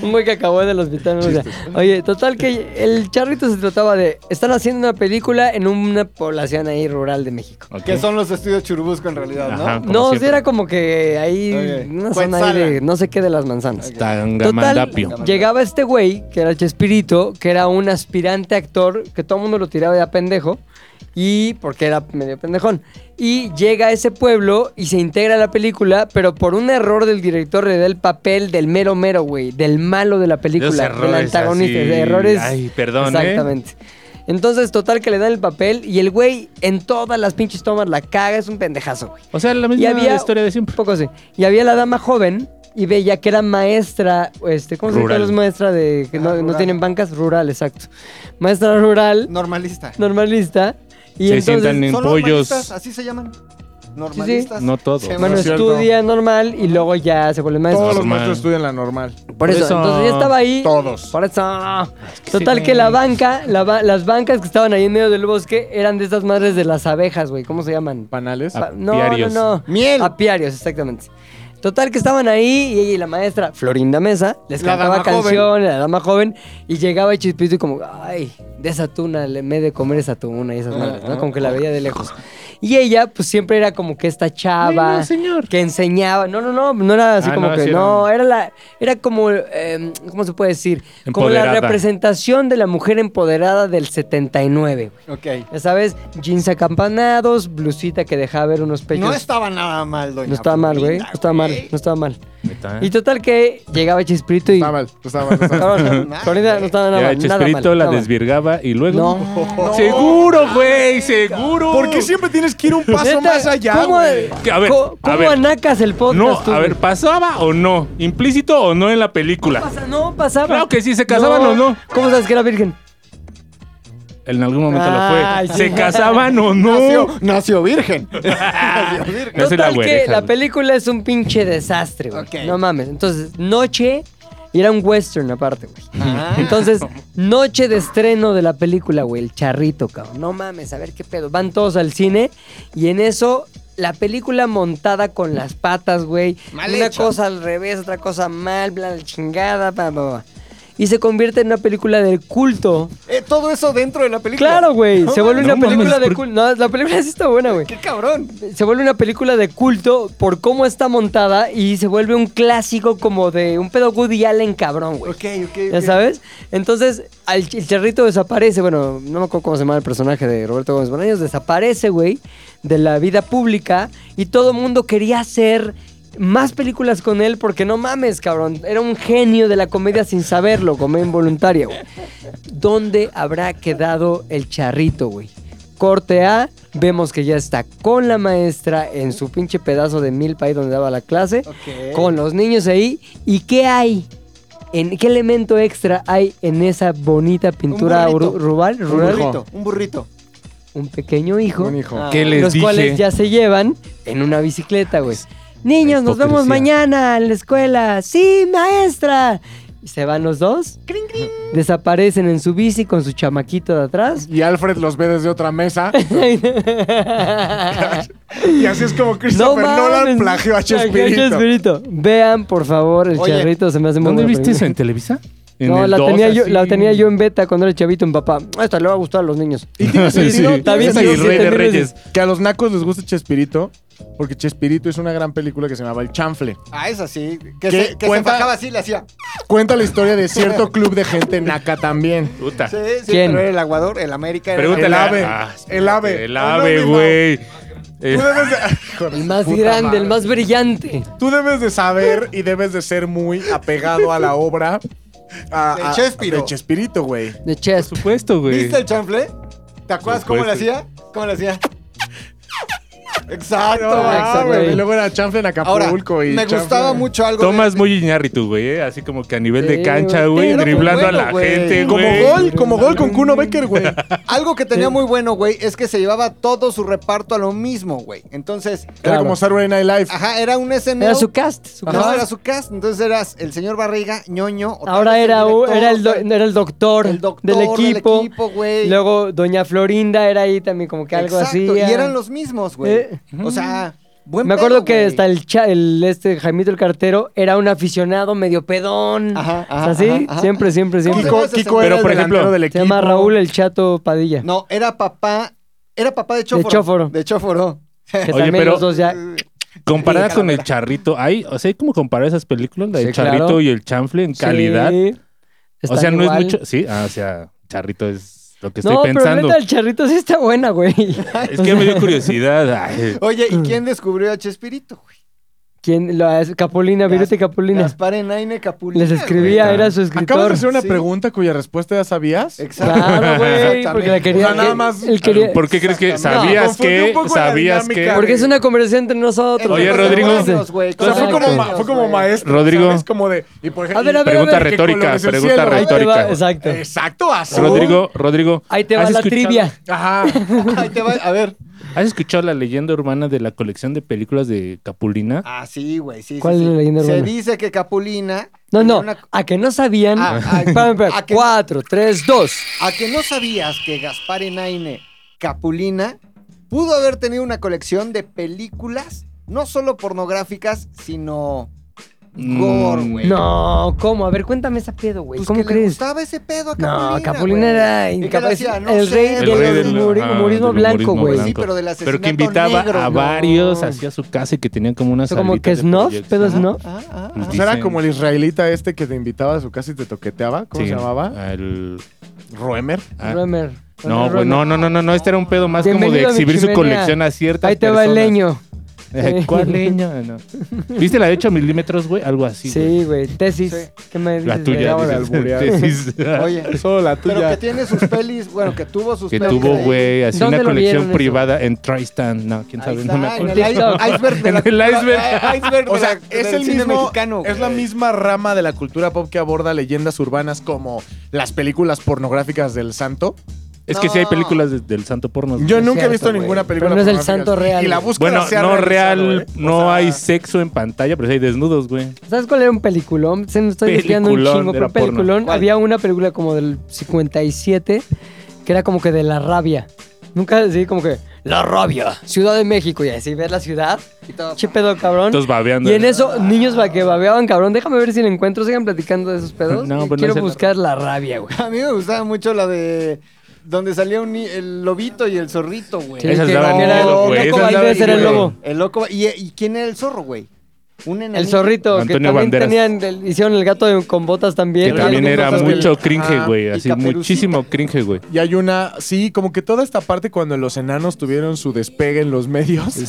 A: Un güey que acabó en el hospital. ¿no? O sea, oye, total que el charrito se trataba de. Están haciendo una película en una población ahí rural de México.
B: Ok.
D: Que son los estudios Churubusco en realidad, ¿no?
B: Ajá. como
A: No, sí
B: siempre.
A: era como que ahí.
D: Ok.
A: Una
C: Pues
A: zona ahí de.
D: Cuetzalan.
A: No sé qué de las manzanas.
B: Tangamandapio.
A: Total, llegaba este güey, que era el Chespirito, que era un aspirante actor, que todo el mundo lo tiraba de a pendejo, y porque era medio pendejón. Y llega a ese pueblo y se integra a la película, pero por un error del director le da el papel del mero mero, güey, del malo de la película,
B: Los
A: del
B: errores
A: antagonista,
B: así.
A: de errores.
B: Ay, perdón, ¿eh?
A: Exactamente. Entonces, total, que le dan el papel y el güey en todas las pinches tomas la caga, es un pendejazo, güey.
B: O sea, la
A: Y
B: misma
A: había-
B: historia de siempre.
A: Un poco así. Y había la dama joven, y veía que era maestra, este, ¿cómo se llama?
B: Rural.
A: Es maestra de que
D: Ah,
A: no, no
D: rural.
A: tienen bancas, rural, exacto. Maestra rural,
D: Normalista.
A: normalista. Y
B: Se
A: entonces,
B: sientan en
D: ¿Son
B: pollos.
D: normalistas? ¿Así se llaman. Normalistas.
B: No todos.
D: Se-
A: bueno,
C: No es cierto.
A: estudia normal y luego ya se vuelve maestra.
C: Todos los
B: normal.
C: maestros estudian la normal.
A: Por eso,
B: Por eso.
A: entonces ya estaba ahí.
C: Todos.
A: Por eso. Total
B: sí,
A: que
B: güey.
A: la banca, la ba- las bancas que estaban ahí en medio del bosque eran de estas madres de las abejas, güey. ¿Cómo se llaman?
C: Panales.
B: Ah.
A: Pa-
B: Apiarios.
A: Ah, No, no, no.
D: Miel.
A: Apiarios, exactamente. Total que estaban ahí y ella y la maestra Florinda Mesa les
D: La
A: cantaba
D: dama joven.
A: canciones, la dama joven, y llegaba y Chispito y como, ay, de esa tuna, le me he de comer esa tuna y esas madres, ¿no? Como que la veía de lejos. Y ella, pues siempre era como que esta chava
B: Ay, no, señor.
A: Ah, que enseñaba. No, no, no, no era así
B: Ah,
A: como
B: no,
A: que,
B: sí era-
A: no, era la, era como, eh, ¿cómo se puede decir? Como la
B: Empoderada.
A: representación de la mujer empoderada del 79, güey.
D: Ok.
A: Ya sabes, jeans acampanados, blusita que dejaba ver unos pechos.
D: No estaba nada mal, doña.
A: No estaba mal, güey. No
D: Florinda,
A: estaba mal,
D: güey.
A: no estaba mal.
B: Neta. ¿eh?
A: Y total que llegaba Chespirito y...
C: Está mal, está mal, está mal.
A: Cabrón,
D: mal,
A: Florinda no estaba nada
B: Ya,
A: mal. nada
B: Chespirito
A: mal,
B: la
A: nada mal.
B: desvirgaba y luego.
A: No.
B: Seguro, güey, seguro.
C: ¿Por qué siempre tienes que ir un paso
A: Neta,
C: más allá,
A: ¿Cómo,
C: güey?
B: Que, a ver,
A: ¿cómo,
B: a ver.
A: anacas el podcast?
B: No,
A: tú,
B: a ver,
A: güey?
B: ¿pasaba o no? ¿Implícito o no en la película?
A: Pasa- no pasaba.
B: Claro que sí, ¿se casaban o no?
A: ¿Cómo sabes que era virgen?
B: En algún momento
A: Ay,
B: lo
A: sí.
B: fue. ¿Se casaban o no?
A: Uh.
D: Nació, nació virgen. nació virgen.
B: No sé la
A: Total que
B: güereja,
A: la
B: güey.
A: película es un pinche desastre, güey.
D: Ok.
A: No mames. Entonces, noche... Y era un western aparte, güey.
D: Ah.
A: Entonces, noche de estreno de la película, güey, el charrito, cabrón. No mames, a ver qué pedo. Van todos al cine y en eso la película montada con las patas, güey.
D: Mal
A: una
D: hecha.
A: cosa al revés, otra cosa mal, bla, la chingada, pa, pa, pa. Y se convierte en una película del culto.
D: Eh, todo eso dentro de la película.
A: Claro, güey.
D: No
A: se vuelve una
B: mames, no
A: película
B: mames,
A: de
B: ¿por-
A: culto. No, la película sí está buena, güey.
D: Qué cabrón.
A: Se vuelve una película de culto por cómo está montada y se vuelve un clásico como de un pedo Woody Allen cabrón, güey.
D: Ok, ok.
A: ¿Ya
D: ok.
A: sabes? Entonces, al- el charrito desaparece. Bueno, no me acuerdo cómo se llama el personaje de Roberto Gómez Bolaños. Desaparece, güey, de la vida pública. Y todo el mundo quería hacer más películas con él porque no mames, cabrón. Era un genio de la comedia sin saberlo, comedia involuntaria, güey. ¿Dónde habrá quedado el charrito, güey? Corte A, vemos que ya está con la maestra en su pinche pedazo de milpa ahí donde daba la clase,
D: Ok.
A: con los niños ahí. ¿Y qué hay? ¿En qué elemento extra hay en esa bonita pintura
D: burrito.
A: ru- rural,
D: Un
A: rural?
D: burrito. Un burrito.
A: Un pequeño hijo,
C: Un hijo.
D: Ah.
B: ¿Qué les
A: los
B: dije?
A: cuales ya se llevan en una bicicleta, güey. Niños, nos vemos
B: hipocresía.
A: mañana en la escuela. Sí, maestra. Y se van los dos. Desaparecen en su bici con su chamaquito de atrás.
C: Y Alfred los ve desde otra mesa. Y así es como
A: No
C: Christopher
A: mames.
C: Nolan plagió a Chespirito.
A: Chespirito. Vean, por favor, el
D: Oye,
A: charrito se me hace muy
B: ¿Dónde
A: buena
B: viste
A: película.
B: eso? ¿En Televisa? En
A: No,
B: el
A: la
B: 2,
A: tenía, yo,
B: así.
A: la tenía yo en beta cuando era chavito, mi papá. Esta le va a gustar a los niños.
C: Y tiene
B: Sí, sí.
C: sentido,
A: Está bien,
C: tiene
B: Esa
A: sí,
B: y
C: sentido
A: sí,
B: Rey de
A: también es-
B: Reyes.
C: que a los nacos les gusta Chespirito, porque Chespirito es una gran película que se llamaba El Chanfle.
D: Ah, es así.
C: ¿Qué?
D: Que, se, que se
C: Cuenta-
D: bajaba así, le hacía.
C: Cuenta la historia de cierto club de gente naca también.
B: Puta.
D: Sí, sí,
A: ¿Quién?
D: pero era el aguador, el América. Era
B: Pregúntale
C: El
B: a-
C: ave.
B: Ah,
C: El ave.
B: El
C: Ah, no,
B: ave,
C: mismo.
B: güey. Eh,
C: Tú debes de,
A: El más
C: Puta
A: grande,
C: madre.
A: el más brillante.
C: Tú debes de saber y debes de ser muy apegado a la obra. A,
D: De
C: a-
D: Chespiro.
C: de Chespirito, güey.
A: De chess.
B: Por supuesto, güey.
D: ¿Viste el chanfle? ¿Te acuerdas cómo le
B: supuesto.
D: hacía? ¿Cómo le hacía? Exacto,
C: No,
D: güey.
A: exacto,
C: ah, güey.
A: güey.
C: Y luego era Chanfle en
D: Ahora,
C: Acapulco. y
D: me
C: Chanfle-
D: gustaba mucho algo.
B: Tomas
D: de-
B: muy Iñárritu, güey, eh, así como que a nivel
A: Sí,
B: de cancha,
A: güey.
B: güey,
A: Era muy
B: driblando a la
A: bueno, güey.
B: gente,
C: Como
B: güey.
C: gol, como gol con Kuno Becker, güey.
D: Algo que tenía muy bueno, güey, es que se llevaba todo su reparto a lo mismo, güey. Entonces,
C: Era
A: Claro.
C: como Saturday Night Live.
D: ajá, era un SNL.
A: Era su cast. su
D: No,
A: cast.
D: era su cast. Entonces eras el señor Barriga, ñoño. o tal
A: Ahora
D: vez
A: era, u-
D: director,
A: era, el do-
D: tal-
A: era el doctor,
D: el doctor
A: del equipo.
D: güey.
A: Luego Doña Florinda era ahí también como que algo
D: Exacto,
A: así.
D: Y eran los mismos, güey.
A: Eh.
D: O sea, buen
A: Me acuerdo
D: pedo,
A: que
D: güey.
A: hasta el, cha- el este Jaimito el cartero era un aficionado medio pedón.
D: Ajá, ajá,
A: O sea, sí,
D: ajá, ajá.
A: siempre, siempre, siempre.
D: ¿Cómo
C: Kiko,
D: se llama ese
C: Kiko
B: Pero,
C: era el
B: por
C: delantero
B: ejemplo,
C: del
A: Se
C: equipo.
A: llama Raúl el Chato Padilla.
D: No, era papá. Era papá de Chóforo.
A: Chóforo.
D: De Chóforo.
A: que
B: Oye,
A: también
B: pero-
A: los dos ya.
B: Comparada
D: Sí,
B: con el
D: calavera.
B: charrito, hay, o sea, hay como comparar esas películas, la
A: Sí,
B: del charrito
A: claro.
B: y el chanfle en calidad.
A: Sí,
B: o
A: están
B: sea, no
A: igual.
B: es mucho. Sí, ah, o sea, charrito es lo que estoy
A: No, pero
B: pensando.
A: neta, el charrito sí está buena, güey.
B: Es que me dio curiosidad. ay.
A: Mm.
D: Oye, ¿y quién descubrió a Chespirito, güey?
A: ¿Quién? La Capulina, Viruta y Capulina.
D: Gasparinaine Capulina.
A: Les escribía,
D: güey.
A: era su escritor.
C: Acabas de hacer una
D: sí.
C: pregunta cuya respuesta ya sabías.
D: Exacto.
A: Claro, güey, porque la
D: Exactamente.
A: quería.
C: O sea, nada más-
A: él quería-
B: Ah, ¿Por qué crees que
D: No,
B: sabías
C: confundí un
B: que?
C: poco la
B: ¿Sabías
C: dinámica,
B: que?
A: Porque es una conversación entre nosotros.
B: Oye,
A: Entre
B: Rodrigo.
A: nosotros, güey.
C: O sea, fue como, ma- fue como
D: Exacto.
C: maestro.
B: Rodrigo.
C: Es como de. y por ejemplo-
A: A ver, a ver,
B: Pregunta
A: a ver.
C: que
B: retórica,
C: colores el
B: pregunta
C: cielo,
A: Ahí te
B: retórica.
A: va, exacto.
C: Exacto, azul.
B: Rodrigo, Rodrigo.
A: Ahí te va
B: ¿has
A: la
B: escuchado-
A: trivia.
C: Ajá.
D: Ahí te va, a ver.
B: ¿Has escuchado la leyenda urbana de la colección de películas de Capulina?
D: Ah, sí, güey, sí. sí,
A: ¿Cuál es
D: sí.
A: la leyenda
D: Se
A: urbana?
D: dice que Capulina.
A: No,
D: tenía
A: no,
D: una-
A: a que no sabían.
D: Ah, ah,
A: Espérame, espérame.
D: a que-
A: Cuatro, tres, dos.
D: A que no sabías que Gaspar Enaine Capulina pudo haber tenido una colección de películas, no solo pornográficas, sino
B: Mm,
D: gore, güey.
A: No, ¿cómo? A ver, cuéntame esa pedo, güey.
D: Pues
A: ¿Cómo
D: que le
A: crees?
D: gustaba ese pedo a Capulina.
A: No, Capulina
D: güey.
A: era
D: ¿Y qué le
A: incapaz.
D: hacía? No
A: el
D: sé,
A: rey,
D: güey.
A: del,
B: rey del-
A: muri-
B: ah,
A: humorismo
B: del
A: blanco,
B: humorismo
A: güey.
B: blanco.
D: Sí, pero del asesinato
B: Pero que invitaba
D: negro,
B: a
D: no.
B: varios hacia su casa y que tenían como una
A: O sea, como
B: salita
A: que
B: de
A: snuff,
B: proyección.
A: pedo snuff.
D: Ah, ah,
B: Pues
D: ah.
C: O sea, era
B: Dicen-
C: como el israelita este que te invitaba a su casa y te toqueteaba. ¿Cómo
B: Sí, Ah.
C: se llamaba?
B: al-
C: Roemer.
B: ah,
A: Roemer.
B: no,
A: Roemer,
B: güey, no,
A: Roemer.
B: no, no, no, no, este era un pedo más como de
A: Bienvenido a mi
B: exhibir su
A: chimenea.
B: colección a ciertas
A: Ahí te va el
B: personas.
A: leño.
B: Eh, ¿Cuál leño? No. ¿Viste la de 8 milímetros, güey? Algo así. güey.
A: Sí, güey. Tesis. ¿Qué me dices?
B: La
A: güey?
B: tuya.
C: de
B: dices,
C: alburear.
B: tesis.
D: Oye,
C: Solo la
D: pero que
C: tuya.
D: tiene sus pelis, bueno, que tuvo sus
B: que
D: pelis.
B: tuvo,
D: ahí.
B: güey, así
A: pues, ¿Dónde
B: una
A: lo vieron
B: colección
A: eso?
B: privada en Tristan. No, quién
D: Ahí
B: sabe,
D: está,
B: no me
D: en
B: acuerdo.
D: el ice- iceberg de la
B: En el iceberg.
D: iceberg de
C: O sea,
D: la-
C: es
D: del
C: el
D: cine
C: mismo,
D: mexicano,
C: es la
D: güey.
C: misma rama de la cultura pop que aborda leyendas urbanas como las películas pornográficas del santo.
B: Es que sí hay
D: No.
B: películas de- del santo porno.
C: Yo nunca he
A: Pues cierto,
C: visto
A: güey.
C: ninguna película
A: Pero no es el
C: pornográfica.
A: santo real,
C: Y la
A: güey.
C: búsqueda
B: Bueno,
C: se ha
B: no
C: realizado,
B: real,
C: ¿eh? O
B: no
C: sea,
B: hay sexo en pantalla, pero sí hay desnudos, güey.
A: ¿Sabes cuál era un peliculón? Se me estoy desviando un
B: Peliculón,
A: chingo,
B: era
A: pero peliculón.
D: porno. ¿Cuál?
A: Había una película como del 57 que era como que de la rabia. Nunca así como que la rabia, Ciudad de México y así ves la ciudad,
D: Y todo.
A: che pedo cabrón.
B: Todos babeando.
A: Y en eso niños va que babeaban cabrón. Déjame ver si la encuentro, sigan platicando de esos pedos.
B: No,
A: Y
B: pero no
A: quiero
B: es el-
A: buscar la rabia, güey.
D: A mí me gustaba mucho la de donde salía un ni- el lobito y el zorrito, güey.
A: Sí,
B: Esas
A: que-
B: daban
A: que era-
B: miedo, güey.
A: Loco
B: Esas daban
A: Valdés era el
B: miedo.
A: lobo.
D: El loco. ¿Y, y quién era el zorro, güey? Un enanito.
A: El zorrito, que
B: Antonio
A: también
B: Banderas.
A: tenían, el- hicieron el gato de- con botas también.
B: Que
A: güey.
B: también
A: Algo
B: era
A: cosas, güey.
B: mucho
C: del-
B: cringe,
C: Ajá,
B: güey.
D: y
B: Así,
D: Caperucita.
B: muchísimo cringe, güey.
C: Y hay una, sí, como que toda esta parte cuando los enanos tuvieron su despegue en los medios
D: Sí.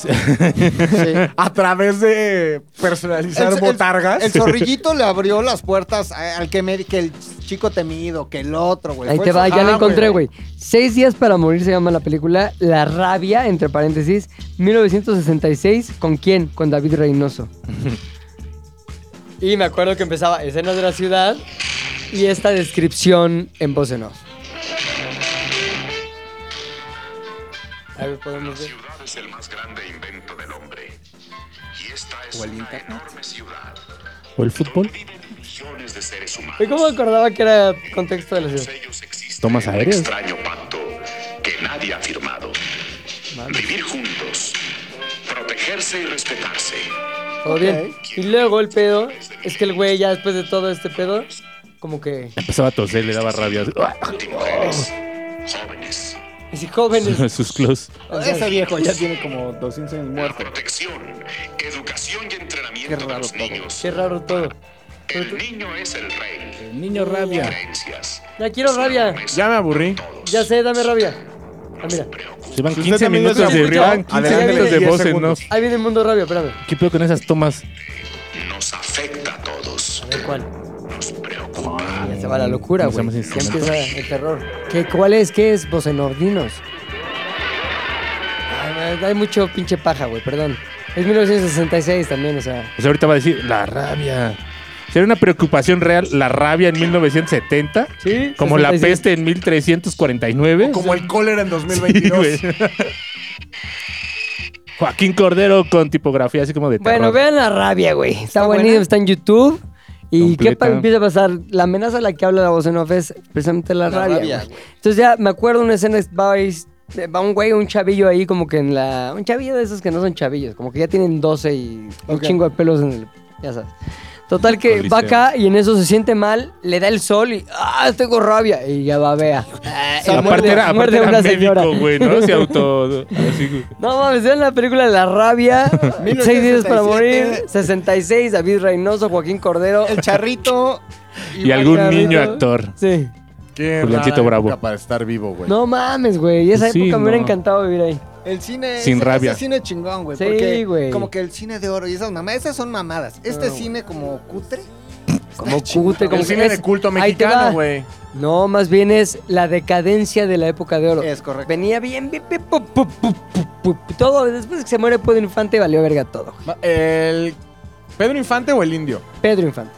C: a través de personalizar
D: el-
C: botargas.
D: El zorrillito le abrió las puertas a- al que, me, que el chico temido, que el otro, güey.
A: Ahí
D: Fue
A: te
D: el
A: va,
D: zorro-
A: ya la
D: Ah,
A: encontré, güey. Seis días para morir se llama la película. La rabia, entre paréntesis, 1966. ¿Con quién? Con David Reynoso. y me acuerdo que empezaba escenas de la ciudad y esta descripción en voz en off. A ver, podemos ver.
F: ciudad es el más grande invento del hombre. Y esta es una enorme ciudad.
B: ¿O el fútbol?
F: Viven millones de seres humanos.
A: Ay, ¿Cómo me acordaba que era contexto de la
F: Todos
A: ciudad?
F: ellos existen
B: Tomas
F: en un
B: aéreas.
F: extraño pacto que nadie ha firmado. Vivir juntos, protegerse y respetarse.
A: Todo bien. Y luego el pedo es que el güey ya después de todo este pedo, como que...
B: Empezaba a toser, le daba rabia.
F: De mujeres, jóvenes,
A: Así jóvenes.
B: Sus close.
D: Ese viejo ya tiene como 200 años muerto.
F: protección, educación y
D: Qué
F: entrenamiento de
D: raro
F: los
D: todo.
F: niños.
A: Qué raro todo.
F: El niño es el rey.
B: Niño rabia.
F: Creencias.
A: Ya quiero rabia.
C: Ya me aburrí.
F: Todos.
A: Ya sé, dame rabia. Ah, mira.
B: Llevan
C: Usted
B: 15
C: también ya se
B: minutos de,
A: aburrió.
B: llevan 15
A: Adelante,
B: minutos de
C: diez
B: voz en
C: segundos.
B: off.
A: Ahí viene el mundo rabia, espérame.
B: ¿Qué pedo con esas tomas?
F: Nos afecta a todos.
A: A ver cuál.
F: Nos preocupa.
A: Ya se va la locura,
B: ¿Cómo se
A: güey.
B: llama ese
A: Ya empieza el terror. ¿Qué, ¿Cuál es? ¿Qué es? Bocenordinos. Ay, güey, Hay mucho pinche paja, güey, perdón. Es 1966 también, o sea.
B: Pues ahorita va a decir, la rabia. Si era una preocupación real, la rabia en 1970,
A: Sí.
B: como la
A: 66.
B: peste en 1349.
C: Como el cólera en
B: Sí,
C: 2022.
B: güey. Joaquín Cordero con tipografía así como de
A: Bueno,
B: terror.
A: vean la rabia, güey. Está,
D: buena?
A: buenísimo, está en YouTube. ¿Y
B: Completa.
A: qué pa- empieza a pasar? La amenaza de la que habla la voz en off es precisamente la,
D: La
A: rabia.
D: rabia,
A: güey.
D: güey.
A: Entonces ya me acuerdo una escena, va, ahí- va un güey, un chavillo ahí como que en la... Un chavillo de esos que no son chavillos, como que ya tienen 12 y un
D: Ok.
A: chingo de pelos en el... Ya sabes. Total que
B: Coliseo.
A: va acá y en eso se siente mal, le da el sol y ¡ah, tengo rabia! Y ya va, vea. Eh,
B: Y aparte
A: Muerde-
B: era, aparte
A: muerde
B: era
A: una señora.
B: médico, güey, ¿no? Se auto... así, güey.
A: No mames, vean la película La Rabia. Seis días para morir. 66, David Reynoso, Joaquín Cordero.
D: El charrito.
B: Y algún
A: Margarito.
B: niño actor.
A: Sí.
C: Qué
B: Juliancito
C: rara
B: Bravo.
C: época para estar vivo, güey.
A: No mames, güey. Esa
B: Sí,
A: época me hubiera
B: no.
A: encantado vivir ahí.
D: El cine.
B: Sin
D: ese-
B: rabia.
D: ese cine chingón, güey.
A: Sí,
D: porque
A: güey.
D: Como que el cine de oro y esas mamadas. Esas son mamadas. Este
A: No, güey.
D: cine como cutre.
A: Como
D: chingón.
A: cute, como
C: El
A: que
C: cine
A: es-
C: de culto
A: ahí te va.
C: mexicano, güey.
A: No, más bien es la decadencia de la época de oro.
D: Es correcto.
A: Venía bien, bien, bien, pu- pu- pu- pu- pu- todo. Después que se muere Pedro Infante, valió verga todo. güey.
C: El. ¿Pedro Infante o el indio?
A: Pedro Infante.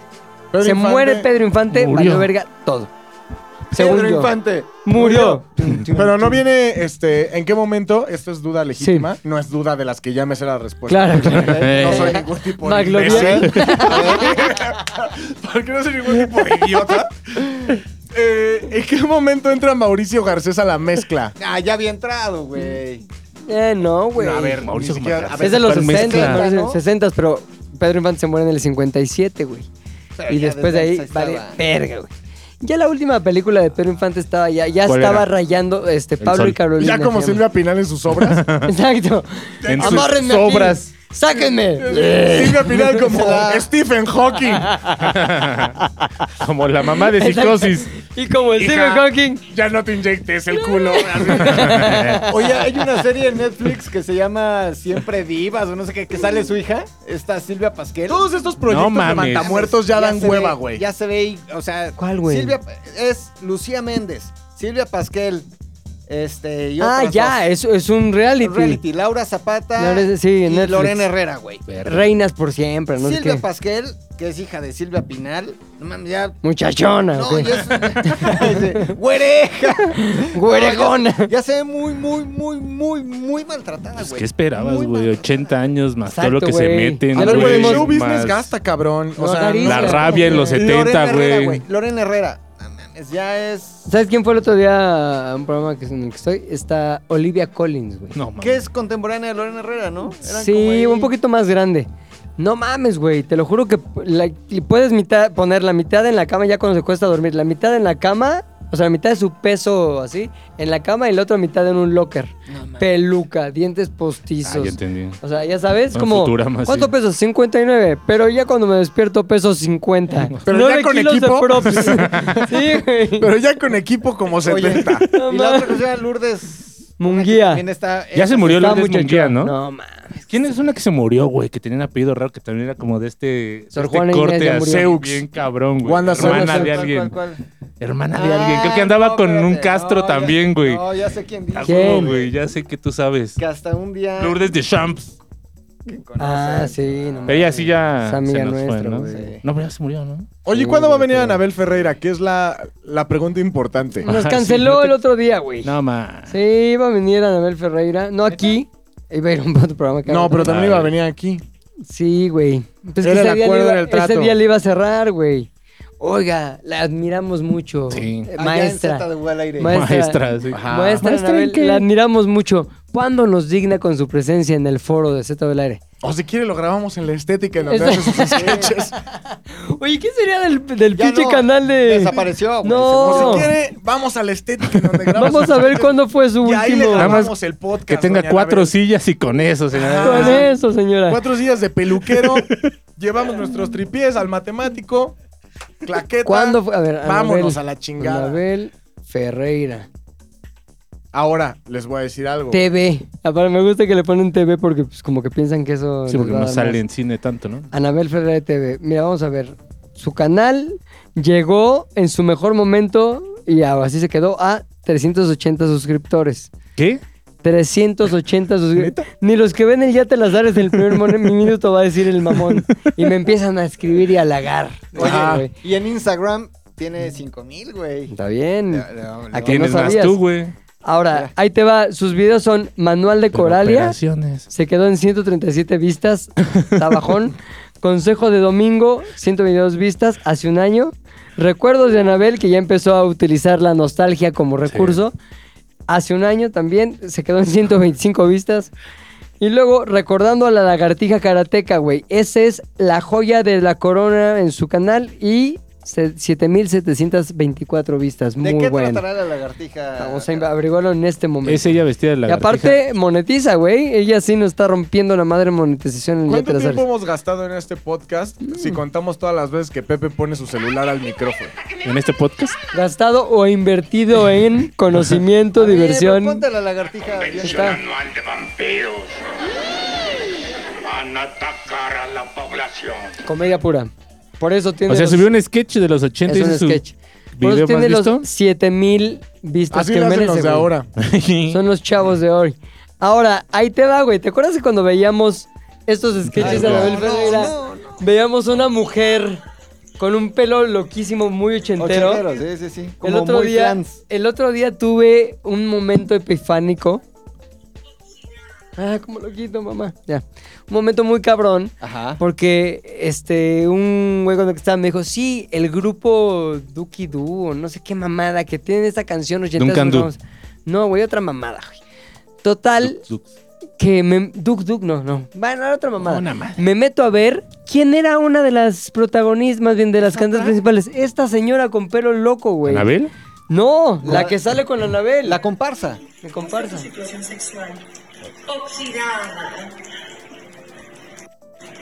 C: Pedro
A: se
C: Infante-
A: muere Pedro Infante,
B: Murió.
A: valió verga todo. Según
D: Pedro
A: yo.
D: Infante.
A: Murió.
C: Pero no viene, este, ¿en qué momento? Esto es duda legítima, no es duda de las que ya me sé la respuesta.
A: Claro, claro.
B: Eh.
C: No soy ningún tipo de
A: Maglovian.
C: imbécil. Porque no soy ningún tipo de idiota. Eh, ¿En qué momento entra Mauricio Garcés a la mezcla?
D: Ah, ya había entrado, güey.
A: Eh, no, güey.
C: No, a ver,
B: Mauricio
C: ni siquiera-
B: Garcés.
C: a ver,
A: es de los
B: ¿cuál
A: 60,
B: mezcla?
A: ¿no? Es de los
D: ¿no?
A: 60, pero Pedro Infante se muere en el 57, güey.
D: Pero
A: Y
D: ya
A: después de
D: desde
A: ahí,
D: antes ahí
A: vale,
D: estaba.
A: verga, güey. Ya la última película de Pedro Infante estaba ya, ya
B: ¿Cuál
A: estaba
B: era?
A: rayando este
B: El
A: Pablo
B: Sol.
A: y Carolina.
C: Ya
A: se
C: como
A: llama.
C: Silvia Pinal en sus obras.
A: Exacto.
B: En sus
A: Amárrenme aquí.
B: obras.
A: Sáquenme.
C: Silvia Pinal como
A: Ah.
C: Stephen Hawking.
B: Como la mamá de
A: Exacto.
B: psicosis.
A: Y como el Stephen
C: Hija.
A: Hawking.
C: Ya no te inyectes el culo.
D: Oye, hay una serie en Netflix que se llama Siempre Vivas o no sé qué, que sale su hija, esta Silvia Pasquel.
C: Todos estos proyectos
B: No
C: de
B: mames.
C: matamuertos ya dan
D: se ve-
C: hueva, güey.
D: Ya se ve, y, o sea,
A: ¿Cuál, güey?
D: Silvia es Lucía Méndez, Silvia Pasquel, este, y
A: Ah,
D: otras
A: ya,
D: dos.
A: es, es un reality.
D: reality, Laura Zapata
A: Laura es- sí,
D: y
A: en Netflix.
D: Lorena Herrera, güey.
A: Reinas por siempre, ¿no? sé
D: Silvia
A: qué.
D: Pasquel, que es hija de Silvia Pinal, no mames, ya
A: Muchachona.
D: no,
A: ¿o qué?
D: ya es. ¡Güereja!
A: Güerejona.
D: No, ya, ya se ve muy, muy, muy, muy, muy maltratada, güey.
B: Pues, ¿Qué esperabas,
D: Muy
B: güey?
D: maltratada.
B: 80 años más
A: Exacto,
B: todo lo que se
A: güey.
B: meten,
A: A
C: A ver, güey, el
B: güey,
C: show business
B: más
C: gasta, cabrón. O
A: No,
C: sea,
A: Darín,
B: La
A: Sí,
B: rabia en
A: güey.
B: los
D: Lorena
B: 70,
D: Herrera,
B: güey.
D: Lorena Herrera. No mames, ya es.
A: ¿Sabes quién fue el otro día a un programa que, en el que estoy? Está Olivia Collins, güey.
B: No, mames.
D: ¿Qué es contemporánea de Lorena Herrera, no? Eran
A: Sí,
D: como ahí-
A: un poquito más grande. No mames, güey. Te lo juro que la- y puedes mitad, poner la mitad en la cama ya cuando se cuesta dormir. La mitad en la cama, o sea, la mitad de su peso así, en la cama y la otra mitad en un locker. Peluca, dientes postizos.
B: Ah, ya entendí.
A: O sea, ya sabes,
B: Un
A: como.
B: Futurama,
A: ¿Cuánto
B: sí.
A: peso? 59. Pero ya cuando me despierto peso 50.
C: Pero ya
A: Nueve
C: con
A: kilos
C: equipo.
A: de props. sí, güey.
C: Pero ya con equipo como 70.
A: No
D: Y la
A: mames.
D: otra que se llama Lourdes.
A: Munguía.
D: También está.
B: Ya se murió
A: Está
B: Lourdes
A: muchachona.
B: Munguía, ¿no?
A: No mames.
B: ¿Quién es una que se murió, güey? Que tenía un apellido raro que también era como de este,
A: Sor
B: este
A: Juana Inés
B: corte
A: ya
B: a
A: murió.
B: Zeus. Bien cabrón, güey.
C: Wanda Seuss.
B: Hermana
C: ¿Cuál,
B: de
C: cuál,
B: alguien.
D: ¿Cuál, cuál?
B: Hermana de alguien. Creo que
D: Ah,
B: andaba
D: no,
B: con un
D: espérate.
B: Castro
D: No, ya-
B: también, güey.
D: No, ya sé quién
B: Ah,
D: dice.
A: ¿Quién?
B: huevo, güey. Ya sé que tú sabes.
D: Que hasta un día.
B: Lourdes de Champs.
A: Ah, sí, no
B: Pero ella sí ya
A: Es amiga
B: se nos
A: nuestra,
B: fue, ¿no?
A: güey.
B: No, pero ya se murió, ¿no?
C: Oye,
A: Sí,
C: ¿cuándo va a venir
A: pero-
C: Anabel Ferreira? Que es la, la pregunta importante.
A: Nos
B: Ajá,
A: canceló
B: sí, no te-
A: el otro día, güey.
B: No, ma.
A: Sí, iba a venir Anabel Ferreira. No aquí. Iba a ir a un otro programa. que
C: No,
A: hago.
C: pero también iba a venir aquí.
A: Sí, güey. Pues que
C: Era el
A: ese, día le
C: acuerdo,
A: iba,
C: era el trato.
A: ese día le iba a cerrar, güey. Oiga, la admiramos mucho.
B: Sí.
A: Eh,
D: Allá en Zeta
A: Maestra.
D: de Huel Aire.
A: Ma- Maestra.
B: Maestra, sí.
C: Ajá.
A: Maestra
B: Maestra,
A: Anabel,
B: ¿en qué?
A: la admiramos mucho. ¿Cuándo nos digna con su presencia en el foro de Z del Aire?
C: O si quiere lo grabamos en la estética y nos
A: Eso-
C: haces sus sketches.
A: Oye, ¿qué sería del, del
D: Ya
A: pinche
D: no,
A: canal de...?
D: Desapareció, güey.
A: No.
D: Se
C: O
D: murió.
C: si quiere, vamos a la estética en donde grabamos.
A: Oh. Vamos a ver cuándo fue su
C: Y ahí le
A: último.
B: Nada más
C: grabamos el podcast.
B: Que tenga
C: doña
B: cuatro
C: Anabel.
B: sillas y con eso, señora.
A: Con eso, señora.
C: Cuatro sillas de peluquero. llevamos nuestros tripiés al matemático. Claqueta.
A: ¿Cuándo fue? A ver,
C: Vámonos
A: Anabel-
C: a la chingada.
A: Anabel Ferreira.
C: Ahora les voy a decir algo.
A: TV. Aparte, me gusta que le ponen TV porque pues, como que piensan que eso...
B: Sí, porque
A: les va
B: no
A: a dar
B: sale
A: más.
B: en cine tanto, ¿no?
A: Anabel Ferreira de TV. Mira, vamos a ver. Su canal llegó en su mejor momento y así se quedó a 380 suscriptores.
B: ¿Qué?
A: 380 suscriptores. Ni los que ven el Ya te las dares del primer mon- minuto va a decir el mamón. Y me empiezan a escribir y a halagar.
D: Oye,
A: Ah, güey.
D: y en Instagram tiene 5000, güey.
A: Está bien.
D: Le- le- le-
A: ¿A qué no
B: ¿Quién es más
A: sabías?
B: tú, güey?
A: Ahora, ahí te va. Sus videos son Manual de
B: Pero
A: Coralia.
B: operaciones.
A: Se quedó en 137 vistas. Está bajón. Consejo de domingo, 122 vistas hace un año. Recuerdos de Anabel, que ya empezó a utilizar la nostalgia como recurso. Hace un año también se quedó en 125 vistas. Y luego, recordando a la lagartija karateca, güey. Esa es la joya de la corona en su canal. Y se- 7.724 vistas.
D: ¿De
A: Muy
D: qué
A: bueno.
D: tratará la lagartija?
A: Vamos a averiguarlo en este momento.
B: Es ella vestida de
A: y
B: la
A: aparte, monetiza, güey. Ella sí nos está rompiendo la madre monetización en el día
C: ¿Cuánto
A: tras
C: tiempo hemos gastado en este podcast
A: Mm.
C: si contamos todas las veces que Pepe pone su celular al micrófono?
B: en este podcast.
A: Gastado o invertido en conocimiento,
D: Oye, pero
A: diversión.
D: Ponte la lagartija. bien.
F: Convención anual de vampiros. Van a atacar a la población.
A: Comedia pura. Por eso tiene.
B: O sea,
A: los-
B: subió un sketch de los 80
A: es
B: y
A: un
B: su
A: sketch. Por eso
B: video más
A: tiene los
B: visto.
A: 7000 vistas
C: Así
A: que
C: lo hacen
A: merece,
C: los de
A: güey.
C: ahora.
A: Son los chavos de hoy. Ahora, ahí te va, güey. ¿Te acuerdas de cuando veíamos estos sketches de
B: no,
A: Abel Ferreira? Veíamos una mujer con un pelo loquísimo, muy ochentero.
D: Ochentero, sí, sí, sí. Como
A: el, otro
D: muy
A: día,
D: flans.
A: el otro día tuve un momento epifánico. Ah, como loquito, mamá. Ya. Un momento muy cabrón.
D: Ajá.
A: Porque este, un güey cuando estaba me dijo, sí, el grupo Duki Du, o no sé qué mamada, que tiene esta canción ochentera.
B: Duncan Du.
A: famosa". No, güey, otra mamada, güey. Total, que me... Duk Duk, no, no. Bueno, era otra mamada.
B: Una madre.
A: Me meto a ver quién era una de las protagonistas, más bien de las cantantes principales. Esta señora con pelo loco, güey.
B: ¿Anabel?
A: No, la, que sale con Anabel.
D: La comparsa.
A: Me comparsa.
G: sexual oxidada.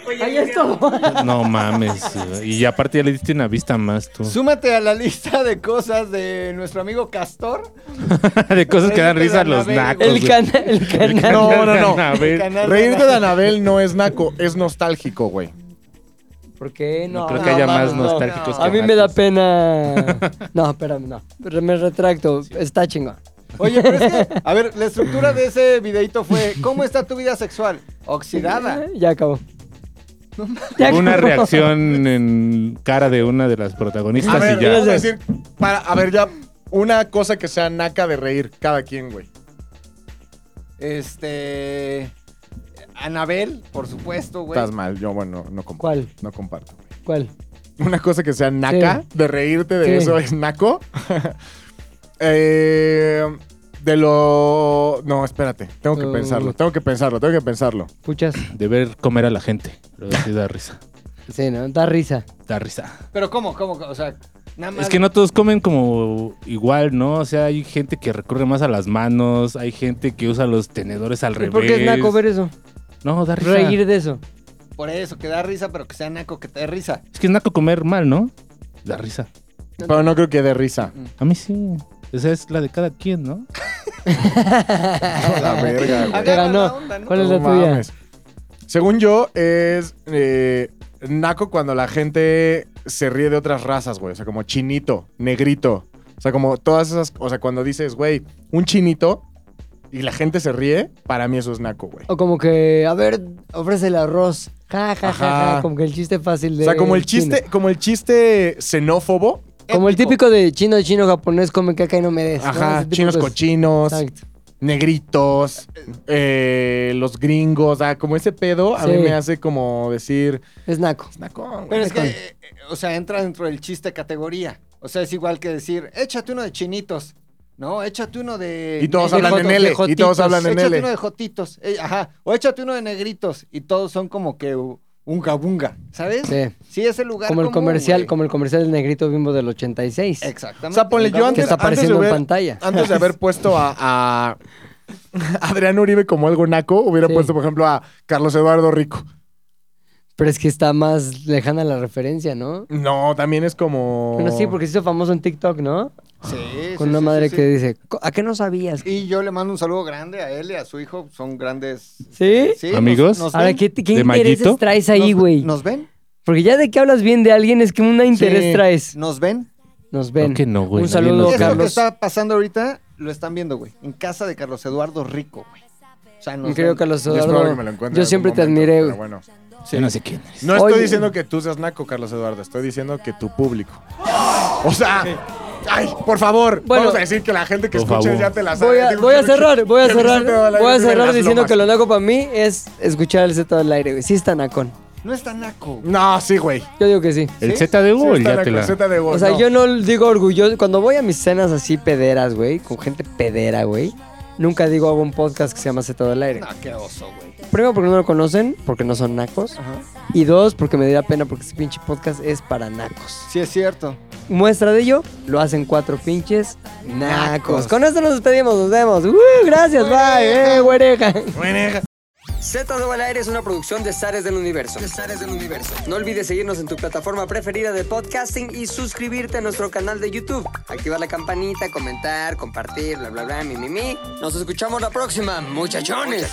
G: Oye,
A: Ahí está.
B: No mames. güey. Y aparte ya le diste una vista más tú.
D: Súmate a la lista de cosas de nuestro amigo Castor.
B: de cosas que dan
D: Reírte
B: risa a
D: de
B: los
D: Anabel,
B: nacos.
A: El
B: güey.
A: canal. El canal.
C: No, no, no.
B: Anabel.
D: Canal
C: Reírte de Anabel no es naco, es nostálgico, güey.
A: ¿Por qué? No.
B: No creo que haya
A: no,
B: más
A: no, no.
B: nostálgicos que
A: A mí me da
B: nacos.
A: pena. No, espérame, no. Re- Me retracto. Está chingón.
D: Oye, pero es que, a ver, la estructura de ese videito fue, ¿cómo está tu vida sexual? Oxidada.
A: Ya acabó. Ya
B: Hubo una
A: acabó.
B: reacción en cara de una de las protagonistas
C: A ver,
B: y ya.
C: vamos a decir, para, a ver, ya, una cosa que sea naca de reír, cada quien, güey.
D: Este... Anabel, por supuesto, güey.
C: Estás mal, yo, bueno, no comparto.
A: ¿Cuál?
C: No comparto. güey.
A: ¿Cuál?
C: Una cosa que sea naca de reírte de
A: Sí.
C: eso es naco. Eh, de lo. No, espérate, tengo que
A: Uh.
C: pensarlo, tengo que pensarlo, tengo que pensarlo.
A: Puchas.
B: De ver comer a la gente. Pero sí da risa.
A: Sí, ¿no? Da risa.
B: Da risa.
D: Pero ¿cómo? ¿Cómo? O sea, nada más...
B: Es que no todos comen como igual, ¿no? O sea, hay gente que recurre más a las manos, hay gente que usa los tenedores al
A: ¿Y
B: revés.
A: por qué es naco ver eso?
B: No, da risa.
A: Reír de eso.
D: Por eso, que da risa, pero que sea naco, que te dé risa.
B: Es que es naco comer mal, ¿no? Da risa.
C: Pero no creo que dé risa.
B: A mí sí. Esa es la de cada quien, ¿no?
C: La verga, güey.
A: Te ganó.
D: la onda, ¿no?
A: ¿Cuál es la
C: No
A: tuya?
C: mames. Según yo, es eh, naco cuando la gente se ríe de otras razas, güey. O sea, como chinito, negrito. O sea, como todas esas. O sea, cuando dices, güey, un chinito y la gente se ríe, para mí eso es naco, güey.
A: O como que, a ver, ofrece el arroz. Ja, ja, ja,
C: Ajá.
A: ja. Como que el chiste fácil de.
C: O sea, como el chiste, como el chiste xenófobo.
A: Como el típico de chino, chino, japonés, come caca y no me des. ¿no? Ese
C: Ajá,
A: tipo de
C: chinos
A: cosas.
C: cochinos,
A: Exacto.
C: negritos, eh, los gringos, ah, como ese pedo a
A: Sí.
C: mí me hace como decir,
A: Es naco.
C: es nacón, güey.
D: Pero es que, eh, eh, o sea, entra dentro del chiste categoría. O sea, es igual que decir, échate uno de chinitos. No, échate uno de...
C: Y todos
D: de
C: hablan
D: jotos,
C: en
D: de
C: L, y todos
D: jotitos.
C: hablan en
D: Échate
C: L.
D: uno de jotitos. eh, ajá. O échate uno de negritos. Y todos son como que uh, un gabunga, ¿sabes?
A: Sí.
D: Sí, es el lugar
A: Como el
D: común,
A: comercial,
D: güey.
A: como el comercial del negrito bimbo del 86.
C: O
D: Exactamente.
C: sea, ponle
D: un
C: yo
D: gabunga.
A: Que
C: antes,
A: está
C: antes,
A: apareciendo
C: de
A: en
C: haber,
A: pantalla.
C: antes de haber puesto a, a Adrián Uribe como algo naco, hubiera
A: Sí.
C: puesto, por ejemplo, a Carlos Eduardo Rico.
A: Pero es que está más lejana la referencia, ¿no?
C: No, también es como...
A: Bueno, sí, porque se hizo famoso en TikTok, ¿no?
D: Sí,
A: Con
D: sí,
A: una
D: sí,
A: madre
D: sí,
A: que
D: sí.
A: dice, "Co- ¿a qué no sabías?
D: Y yo le mando un saludo grande a él y a su hijo. Son grandes... eh,
A: ¿Sí?
D: Sí, nos-
B: ¿Amigos?
D: nos
A: Ahora,
D: ven.
A: ¿qué, qué
B: ¿De
A: intereses
B: Mayito?
A: traes ahí,
D: ¿Nos-
A: güey?
D: ¿Nos ven?
A: Porque ya de que hablas bien de alguien es que un interés
D: Sí.
A: traes.
D: ¿Nos ven?
A: Nos ven.
B: Creo que no, güey,
A: Un
B: nadie
A: saludo,
B: nos
D: Esto
B: ve.
D: que
A: Carlos.
D: está pasando ahorita lo están viendo, güey. En casa de Carlos Eduardo Rico, güey. O sea, nos
A: Mi querido
D: ven.
A: Carlos
C: Y es probable que me lo
A: Eduardo,
C: encuentre en
A: yo
C: algún
A: siempre te
C: momento,
A: admiré,
C: pero
A: güey.
C: bueno.
B: Yo no sé quién es.
C: No estoy
A: Oye.
C: diciendo que tú seas naco, Carlos Eduardo. Estoy diciendo que tu público. O sea, ay, por favor.
A: Bueno.
C: vamos a decir que la gente que
B: Por
C: escucha
B: favor.
C: ya te la sabe.
A: Voy a,
C: Digo,
A: voy a
C: que-
A: cerrar, voy a
C: que Vicente
A: cerrar,
C: Valaire
A: voy a
C: vive en
A: cerrar
C: las
A: diciendo que lo
C: lomas.
A: naco para mí es escuchar el Z del aire, güey. Sí está nacón.
D: No está naco.
C: No, sí, güey.
A: Yo digo que sí.
B: ¿El ZDU o el
C: está
B: Yatela?
C: naco, Z de
A: O
C: Gol,
A: sea,
C: no.
A: yo no digo orgulloso. Cuando voy a mis cenas así pederas, güey, con gente pedera, güey, Nunca digo hago un podcast que se llama Zetado al aire.
D: No, qué oso, güey.
A: Primero porque no lo conocen, porque no son nacos.
D: Ajá.
A: Y dos, porque me da pena porque este pinche podcast es para nacos.
D: Sí, es cierto.
A: Muestra de ello, lo hacen cuatro pinches nacos.
D: Nacos.
A: Con esto nos despedimos, nos vemos. ¡Uh! gracias, bye, eh, güereja. Z2 al aire es una producción de Zares del Universo. del Universo. No olvides seguirnos en tu plataforma preferida de podcasting y suscribirte a nuestro canal de YouTube. Activar la campanita, comentar, compartir, bla, bla, bla, mi, mi, mi. Nos escuchamos la próxima, muchachones.